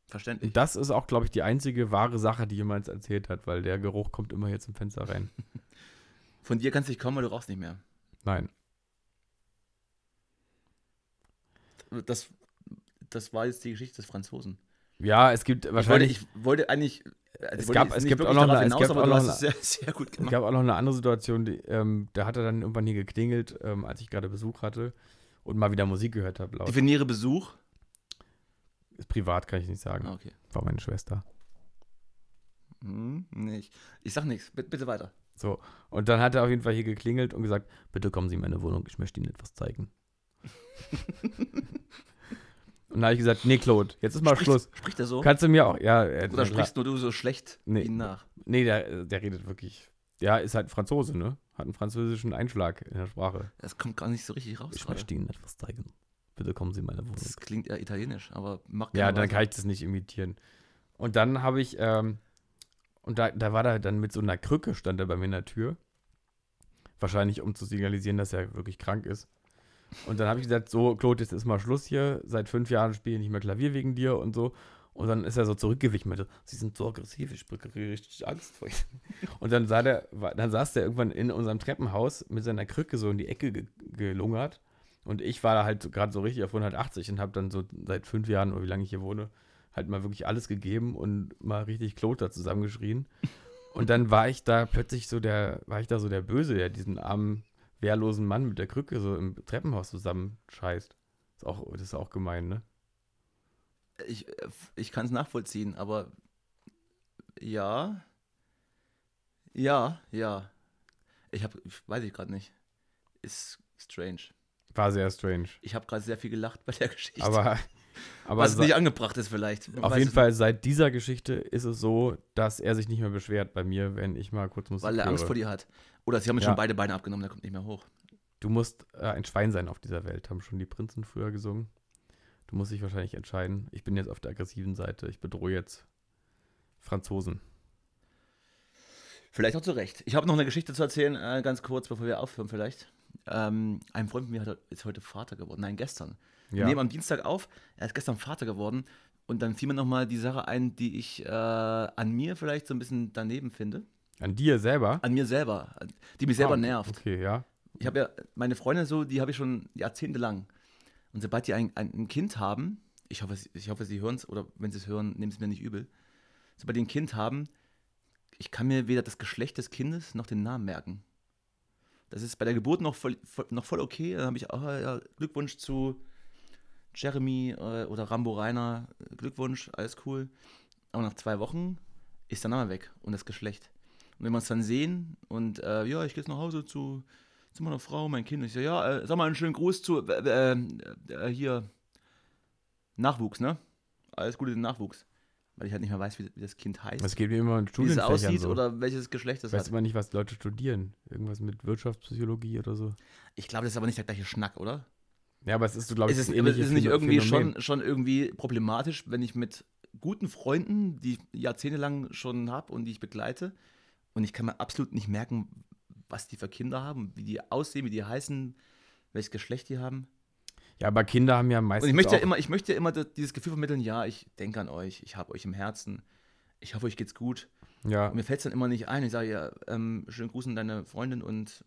Verständlich.
Und das ist auch, glaube ich, die einzige wahre Sache, die jemals erzählt hat, weil der Geruch kommt immer hier zum Fenster rein.
Von dir kannst du nicht kommen, weil du rauchst nicht mehr.
Nein.
Das, das war jetzt die Geschichte des Franzosen.
Ja, es gibt
Ich wollte,
wahrscheinlich.
ich wollte eigentlich. also
Es
ich wollte
gab-
jetzt
es
nicht
gibt auch
wirklich
noch eine-
darauf
es
hinaus,
gibt
aber
auch
du
noch
hast
eine-
es sehr, sehr gut
Es
gemacht.
gab auch noch eine andere Situation, die, ähm, da hat er dann irgendwann hier geklingelt, ähm, als ich gerade Besuch hatte und mal wieder Musik gehört habe. Laut.
Definiere Besuch.
Ist privat, kann ich nicht sagen.
Ah, okay.
War meine Schwester.
Hm, nee, ich, ich sag nichts. Bitte, bitte weiter.
So, und dann hat er auf jeden Fall hier geklingelt und gesagt, bitte kommen Sie in meine Wohnung, ich möchte Ihnen etwas zeigen. und dann habe ich gesagt, nee, Claude, jetzt ist mal Schluss.
Spricht er so?
Kannst du mir auch, ja, er hat
Oder
mir gesagt,
sprichst nur du so schlecht
Nee.
ihnen nach?
nee, der, der redet wirklich, ja, ist halt ein Franzose, ne? Hat einen französischen Einschlag in der Sprache.
Das kommt gar nicht so richtig raus.
Ich
gerade.
möchte Ihnen etwas zeigen. Bitte kommen Sie in meine Wohnung.
Das klingt eher italienisch, aber macht
Ja,
keiner
dann
weiter.
kann ich das nicht imitieren. Und dann habe ich, ähm, und da, da war er dann mit so einer Krücke, stand er bei mir in der Tür. Wahrscheinlich, um zu signalisieren, dass er wirklich krank ist. Und dann habe ich gesagt, so, Claude, jetzt ist mal Schluss hier. Seit fünf Jahren spiele ich nicht mehr Klavier wegen dir und so. Und dann ist er so zurückgewichen, meinte, sie sind so aggressiv, ich bekomme richtig Angst vor ihnen. Und dann, sah der, war- dann saß der irgendwann in unserem Treppenhaus mit seiner Krücke so in die Ecke ge gelungert. Und ich war da halt so- gerade so richtig auf 180 und habe dann so seit fünf Jahren oder wie lange ich hier wohne, halt mal wirklich alles gegeben und mal richtig Kloter zusammengeschrien. Und dann war ich da plötzlich so der, war ich da so der Böse, der diesen armen, wehrlosen Mann mit der Krücke so im Treppenhaus zusammenscheißt. Ist auch, das ist auch gemein, ne?
Ich, äh, ich kann es nachvollziehen, aber ja. Ja, ja. Ich habe, weiß ich gerade nicht. Ist strange.
War sehr strange.
Ich habe gerade sehr viel gelacht bei der Geschichte.
Aber Aber
Was
se-
nicht angebracht ist vielleicht. Man
auf
weiß
jeden
es
Fall seit dieser Geschichte ist es so, dass er sich nicht mehr beschwert bei mir, wenn ich mal kurz
nicht,
Musik
Weil er Angst
höre.
vor dir hat. Oder sie haben jetzt
Ja.
schon beide Beine abgenommen, der kommt nicht mehr hoch.
Du musst äh, ein Schwein sein auf dieser Welt, haben schon die Prinzen früher gesungen. Du musst dich wahrscheinlich entscheiden. Ich bin jetzt auf der aggressiven Seite. Ich bedrohe jetzt Franzosen.
Vielleicht auch zu Recht. Ich habe noch eine Geschichte zu erzählen, äh, ganz kurz, bevor wir aufhören vielleicht. Ähm, ein Freund von mir hat, ist heute Vater geworden. Nein, gestern. Wir
Ja.
nehmen am Dienstag auf. Er ist gestern Vater geworden. Und dann fiel mir nochmal die Sache ein, die ich äh, an mir vielleicht so ein bisschen daneben finde.
An dir selber?
An mir selber. Die mich selber
Ah,
nervt.
Okay, ja.
Ich habe ja meine Freunde so, die habe ich schon jahrzehntelang. Und sobald die ein, ein, ein Kind haben, ich hoffe, sie- ich hoffe, sie hören es, oder wenn sie es hören, nehmen sie es mir nicht übel. Sobald die ein Kind haben, ich kann mir weder das Geschlecht des Kindes noch den Namen merken. Das ist bei der Geburt noch voll, voll, noch voll okay. Dann habe ich, ah, ja, Glückwunsch zu Jeremy äh, oder Rambo Rainer, Glückwunsch, alles cool. Aber nach zwei Wochen ist der Name weg und das Geschlecht. Und wenn wir uns dann sehen und äh, ja, ich gehe jetzt nach Hause zu zu meiner Frau, mein Kind. Ich so, ja, äh, sag mal einen schönen Gruß zu, äh, äh, äh, hier, Nachwuchs, ne? Alles Gute, den Nachwuchs. Weil ich halt nicht mehr weiß, wie, wie das Kind heißt,
Es geht mir immer in
wie es
Studienfächern
aussieht
so.
oder welches Geschlecht es
Ich weiß
hat.
immer nicht, was die Leute studieren. Irgendwas mit Wirtschaftspsychologie oder so.
Ich glaube, das ist aber nicht der gleiche Schnack, oder?
Ja, aber es ist so, glaube ich,
Ist es
ein
ist
ähnliches
es nicht
Phäno-
irgendwie
Phänomen.
schon, schon irgendwie problematisch, wenn ich mit guten Freunden, die ich jahrzehntelang schon habe und die ich begleite, und ich kann mir absolut nicht merken, was die für Kinder haben, wie die aussehen, wie die heißen, welches Geschlecht die haben.
Ja, aber Kinder haben ja meistens.
Und ich möchte ja
auch-
immer, ich möchte ja immer das- dieses Gefühl vermitteln, ja, ich denke an euch, ich habe euch im Herzen, ich hoffe, euch geht's gut.
Ja,
Und mir fällt es dann immer nicht ein. Ich sage ja, ähm, schönen Gruß an deine Freundin und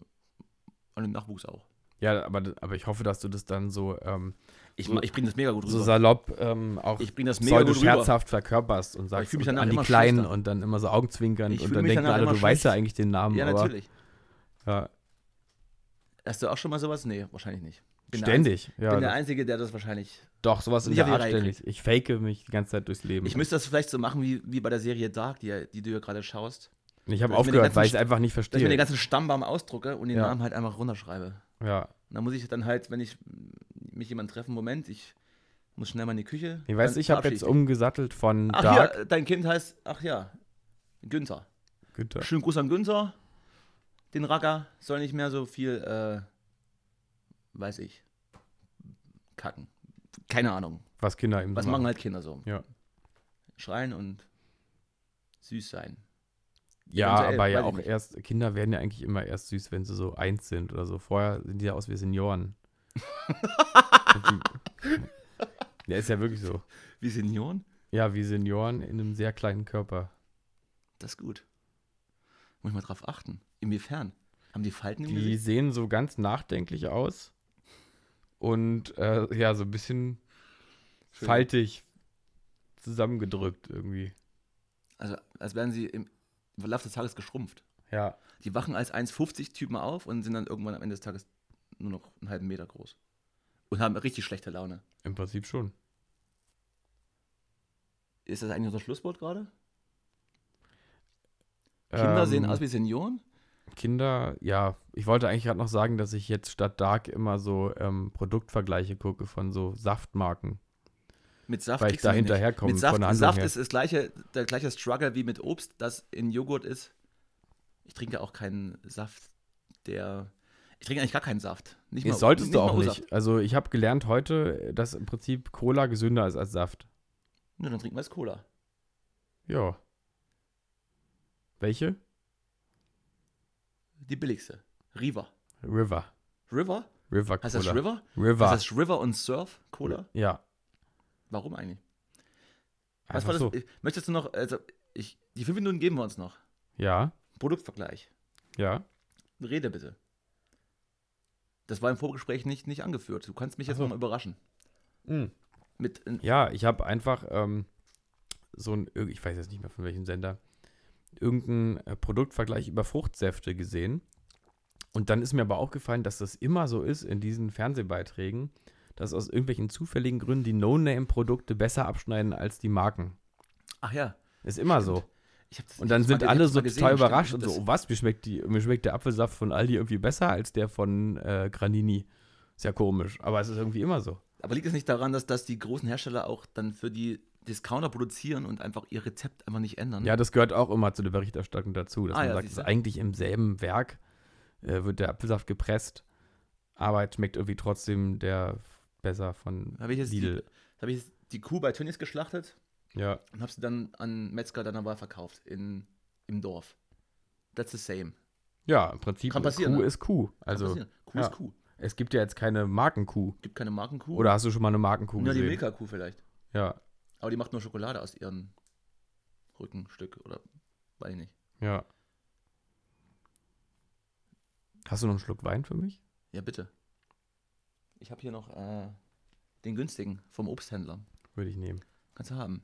an den Nachwuchs auch.
ja aber, aber ich hoffe, dass du das dann so, ähm,
Ich,
So-
ma- ich bringe das mega gut
so
rüber.
salopp ähm, auch
ich bringe das mega gut rüber.
pseudo-scherzhaft verkörperst und sagst
fühl mich
und
danach
an die
immer
Kleinen
schlechter.
und dann immer so augenzwinkernd
Ich
und
fühl
dann
mich
denken
danach
alle,
immer
du weißt ja
schlecht.
eigentlich den Namen.
Ja,
aber,
natürlich.
Ja,
Hast du auch schon mal sowas? Nee, wahrscheinlich nicht. Bin der
ständig.
Einz-
Ja,
bin der
das-
Einzige, der das wahrscheinlich.
doch, sowas in
nicht
der
auf die
Art
Reihe
ständig. Ich fake mich die ganze Zeit durchs Leben.
Ich müsste das vielleicht so machen wie, wie bei der Serie Dark, die, ja- die du ja gerade schaust.
Und ich habe
dass ich mir die
aufgehört,
ganzen
weil
Sch-
ich es einfach nicht
Dass ich mir den
verstehe.
ganzen Stammbaum ausdrucke und den
Ja.
Namen halt einfach runterschreibe.
Ja.
Und dann muss ich dann halt, wenn ich mich jemand treffen, Moment, ich muss schnell mal in die Küche.
Ich weiß,
dann
ich habe
verabschiede
jetzt
dich.
umgesattelt von
Ach
Dark.
ja, dein Kind heißt, ach ja, Günther.
Günther.
Schönen Gruß an Günther. Den Racker soll nicht mehr so viel, äh, weiß ich, kacken. Keine Ahnung.
Was Kinder eben so
Was machen halt Kinder so?
Ja.
Schreien und süß sein.
Ja,
Ganz ehrlich,
aber ja
weiß ich
auch
nicht.
erst, Kinder werden ja eigentlich immer erst süß, wenn sie so eins sind oder so. Vorher sind die ja aus wie Senioren. Und die- ja, ist ja wirklich so.
Wie Senioren?
Ja, wie Senioren in einem sehr kleinen Körper.
Das ist gut. Muss ich mal drauf achten. Inwiefern? Haben die Falten im
Die
Gesicht?
sehen so ganz nachdenklich aus und äh, ja, so ein bisschen
Schön.
faltig zusammengedrückt irgendwie.
Also, als wären sie im Verlauf des Tages geschrumpft.
Ja,
Die wachen als 1,50 Typen auf und sind dann irgendwann am Ende des Tages nur noch einen halben Meter groß. Und haben richtig schlechte Laune.
im Prinzip schon.
Ist das eigentlich unser Schlusswort gerade? Kinder
Ähm,
sehen aus wie Senioren?
Kinder, ja, ich wollte eigentlich gerade noch sagen, dass ich jetzt statt Dark immer so ähm, Produktvergleiche gucke von so Saftmarken.
Mit Saft
Weil ich
kriegst
da
du mich nicht.
hinterherkomme,
Mit Saft,
von der Handlung
Saft
her.
ist das gleiche, der gleiche Struggle wie mit Obst, das in Joghurt ist. Ich trinke auch keinen Saft, der. Ich trinke eigentlich gar keinen Saft. Nicht
Nee, solltest du
mal
auch
O-Saft.
nicht. Also ich habe gelernt heute, dass im Prinzip Cola gesünder ist als Saft.
Nö, dann trinken wir jetzt Cola.
Ja. Welche?
Die billigste. River.
River.
River?
River Cola.
Heißt das River?
River.
Heißt das River und Surf Cola?
Ja.
Warum eigentlich? Was
Einfach
war das?
so.
Äh, Möchtest du noch, also ich, die fünf Minuten geben wir uns noch.
Ja,
Produktvergleich.
ja.
Rede bitte. Das war im Vorgespräch nicht, nicht angeführt. Du kannst mich jetzt
Ach so.
nochmal überraschen.
Mm.
Mit, äh,
Ja, ich habe einfach ähm, so ein, irg- ich weiß jetzt nicht mehr von welchem Sender, irgendeinen äh, Produktvergleich über Fruchtsäfte gesehen. Und dann ist mir aber aufgefallen, dass das immer so ist in diesen Fernsehbeiträgen, dass aus irgendwelchen zufälligen Gründen die No-Name-Produkte besser abschneiden als die Marken.
ach ja.
Ist immer so.
Ich hab das,
Und dann
ich hab's
sind
mal- ich
alle
hab's
so
mal gesehen,
total
stimmt.
überrascht und
Das-
so, oh was, mir schmeckt, die, mir schmeckt der Apfelsaft von Aldi irgendwie besser als der von äh, Granini. Ist ja komisch, aber es ist irgendwie immer so.
Aber liegt es nicht daran, dass, dass die großen Hersteller auch dann für die Discounter produzieren und einfach ihr Rezept einfach nicht ändern?
Ja, das gehört auch immer zu der Berichterstattung dazu,
Mhm.
dass
Ah,
man
ja,
sagt, es
siehst
ist
du.
eigentlich im selben Werk, äh, wird der Apfelsaft gepresst, aber es schmeckt irgendwie trotzdem der besser von
Habe ich, jetzt die-
Lidl.
hab ich jetzt die Kuh bei Tönnies geschlachtet
Ja,
und habe sie dann an Metzger deiner Wahl verkauft in, im Dorf. That's the same.
ja, im Prinzip
Kann passieren,
Kuh
ne?
ist Kuh.
Kann
Also
passieren. Kuh
ja.
ist Kuh.
es gibt ja jetzt keine Markenkuh.
Gibt keine Markenkuh.
Oder hast du schon mal eine Markenkuh
Ja, die
gesehen?
Milka-Kuh vielleicht.
Ja,
Aber die macht nur Schokolade aus ihrem Rückenstück oder weiß ich nicht.
ja. Hast du noch einen Schluck Wein für mich?
Ja, bitte. Ich habe hier noch äh, den günstigen vom Obsthändler.
Würde ich nehmen.
Kannst du haben.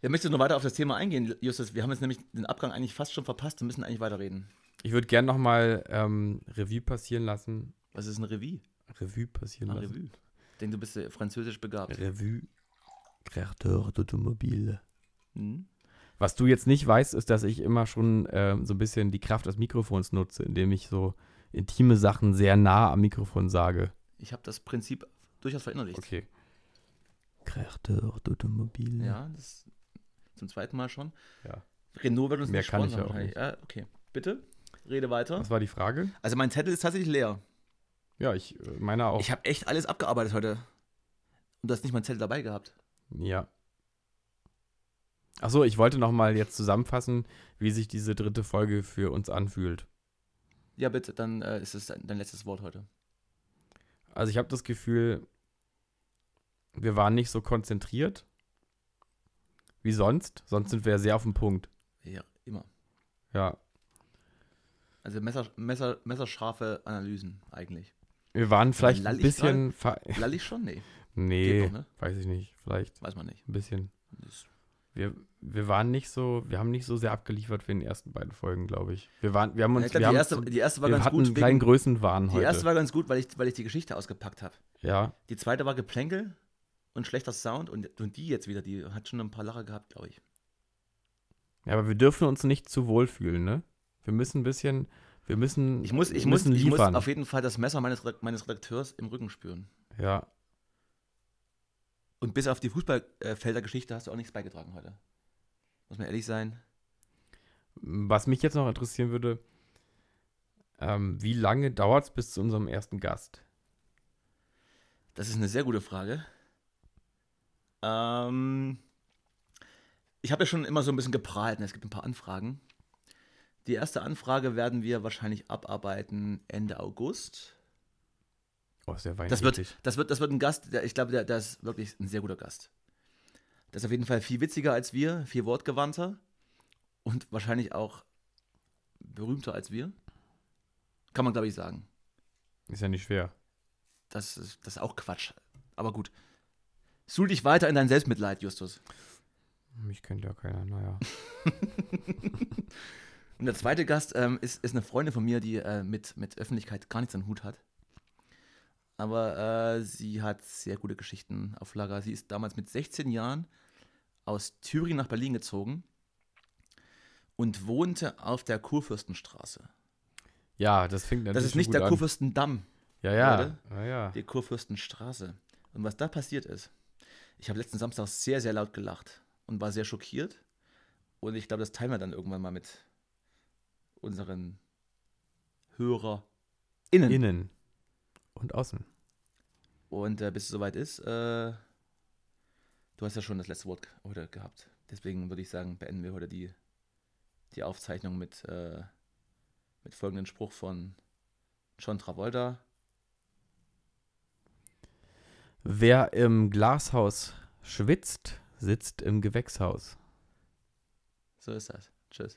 Ja, möchtest du noch weiter auf das Thema eingehen, Justus? Wir haben jetzt nämlich den Abgang eigentlich fast schon verpasst und müssen eigentlich weiterreden.
Ich würde gerne nochmal ähm, Revue passieren lassen.
Was ist ein Revue?
Revue passieren
Ah,
lassen.
Revue. Ich denke, du bist äh, französisch begabt.
Revue. Créateur d'automobile.
Hm?
Was du jetzt nicht weißt, ist, dass ich immer schon ähm, so ein bisschen die Kraft des Mikrofons nutze, indem ich so intime Sachen sehr nah am Mikrofon sage.
Ich habe das Prinzip durchaus verinnerlicht.
Okay. Créateur d'automobile.
Ja, das zum zweiten Mal schon.
Ja.
Renault wird uns
Mehr
nicht
kann ich
sponsern
ja auch
wahrscheinlich. Ja, okay. Bitte, rede weiter.
Was war die Frage?
Also mein Zettel ist tatsächlich leer.
Ja, ich äh, meine auch.
Ich habe echt alles abgearbeitet heute. Und du hast nicht mein Zettel dabei gehabt.
Ja. Achso, ich wollte nochmal jetzt zusammenfassen, wie sich diese dritte Folge für uns anfühlt.
Ja, bitte, dann äh, ist es dein dein letztes Wort heute.
Also ich habe das Gefühl, wir waren nicht so konzentriert wie sonst. Sonst sind wir sehr auf dem Punkt.
Ja, immer.
Ja.
Also Messer, Messer, messerscharfe Analysen eigentlich.
Wir waren vielleicht
lall
ein
ich
bisschen. ver-
Lall ich schon? Nee,
Nee,
doch, ne?
weiß ich nicht. Vielleicht
weiß man nicht.
ein bisschen.
Das,
Wir, wir waren nicht so, wir haben nicht so sehr abgeliefert wie in den ersten beiden Folgen, glaube ich. Wir waren, wir haben uns,
ich glaube,
wir
die
haben
erste,
zu-
die erste war
wir
ganz
hatten
gut.
einen kleinen
Wegen,
Größenwahn
die
heute.
erste war ganz gut, weil ich, weil ich die Geschichte ausgepackt habe.
ja,
Die zweite war Geplänkel und schlechter Sound und, und die jetzt wieder, die hat schon ein paar Lacher gehabt, glaube ich.
Ja, aber wir dürfen uns nicht zu wohl fühlen, ne? Wir müssen ein bisschen, wir müssen,
Ich muss, ich
wir
muss,
müssen
ich muss
liefern.
auf jeden Fall das Messer meines, Redak- meines Redakteurs im Rücken spüren.
ja,
Und bis auf die Fußballfeldergeschichte hast du auch nichts beigetragen heute. Muss man ehrlich sein.
was mich jetzt noch interessieren würde, ähm, wie lange dauert es bis zu unserem ersten Gast?
Das ist eine sehr gute Frage. Ähm, ich habe ja schon immer so ein bisschen geprahlt. ne? Es gibt ein paar Anfragen. Die erste Anfrage werden wir wahrscheinlich abarbeiten Ende August.
Oh, ist ja weihnachtlich.
Das wird, das, wird, das wird ein Gast, der, ich glaube, der, der ist wirklich ein sehr guter Gast. Der ist auf jeden Fall viel witziger als wir, viel wortgewandter und wahrscheinlich auch berühmter als wir. Kann man, glaube ich, sagen.
ist ja nicht schwer.
Das ist, das ist auch Quatsch. Aber gut. Suhl dich weiter in dein Selbstmitleid, Justus.
Mich kennt ja keiner, naja.
Und der zweite Gast ähm, ist, ist eine Freundin von mir, die äh, mit, mit Öffentlichkeit gar nichts am Hut hat. Aber äh, sie hat sehr gute Geschichten auf Lager. Sie ist damals mit 16 Jahren aus Thüringen nach Berlin gezogen und wohnte auf der Kurfürstenstraße.
Ja, das fängt natürlich
Das ist nicht
gut
der
an.
Kurfürstendamm,
Ja, ja,
Leute.
ja, ja.
die Kurfürstenstraße. Und was da passiert ist, ich habe letzten Samstag sehr, sehr laut gelacht und war sehr schockiert. Und ich glaube, das teilen wir dann irgendwann mal mit unseren HörerInnen.
Innen und außen.
Und äh, bis es soweit ist, äh, du hast ja schon das letzte Wort ge- heute gehabt. Deswegen würde ich sagen, beenden wir heute die, die Aufzeichnung mit, äh, mit folgendem Spruch von John Travolta.
Wer im Glashaus schwitzt, sitzt im Gewächshaus.
So ist das. Tschüss.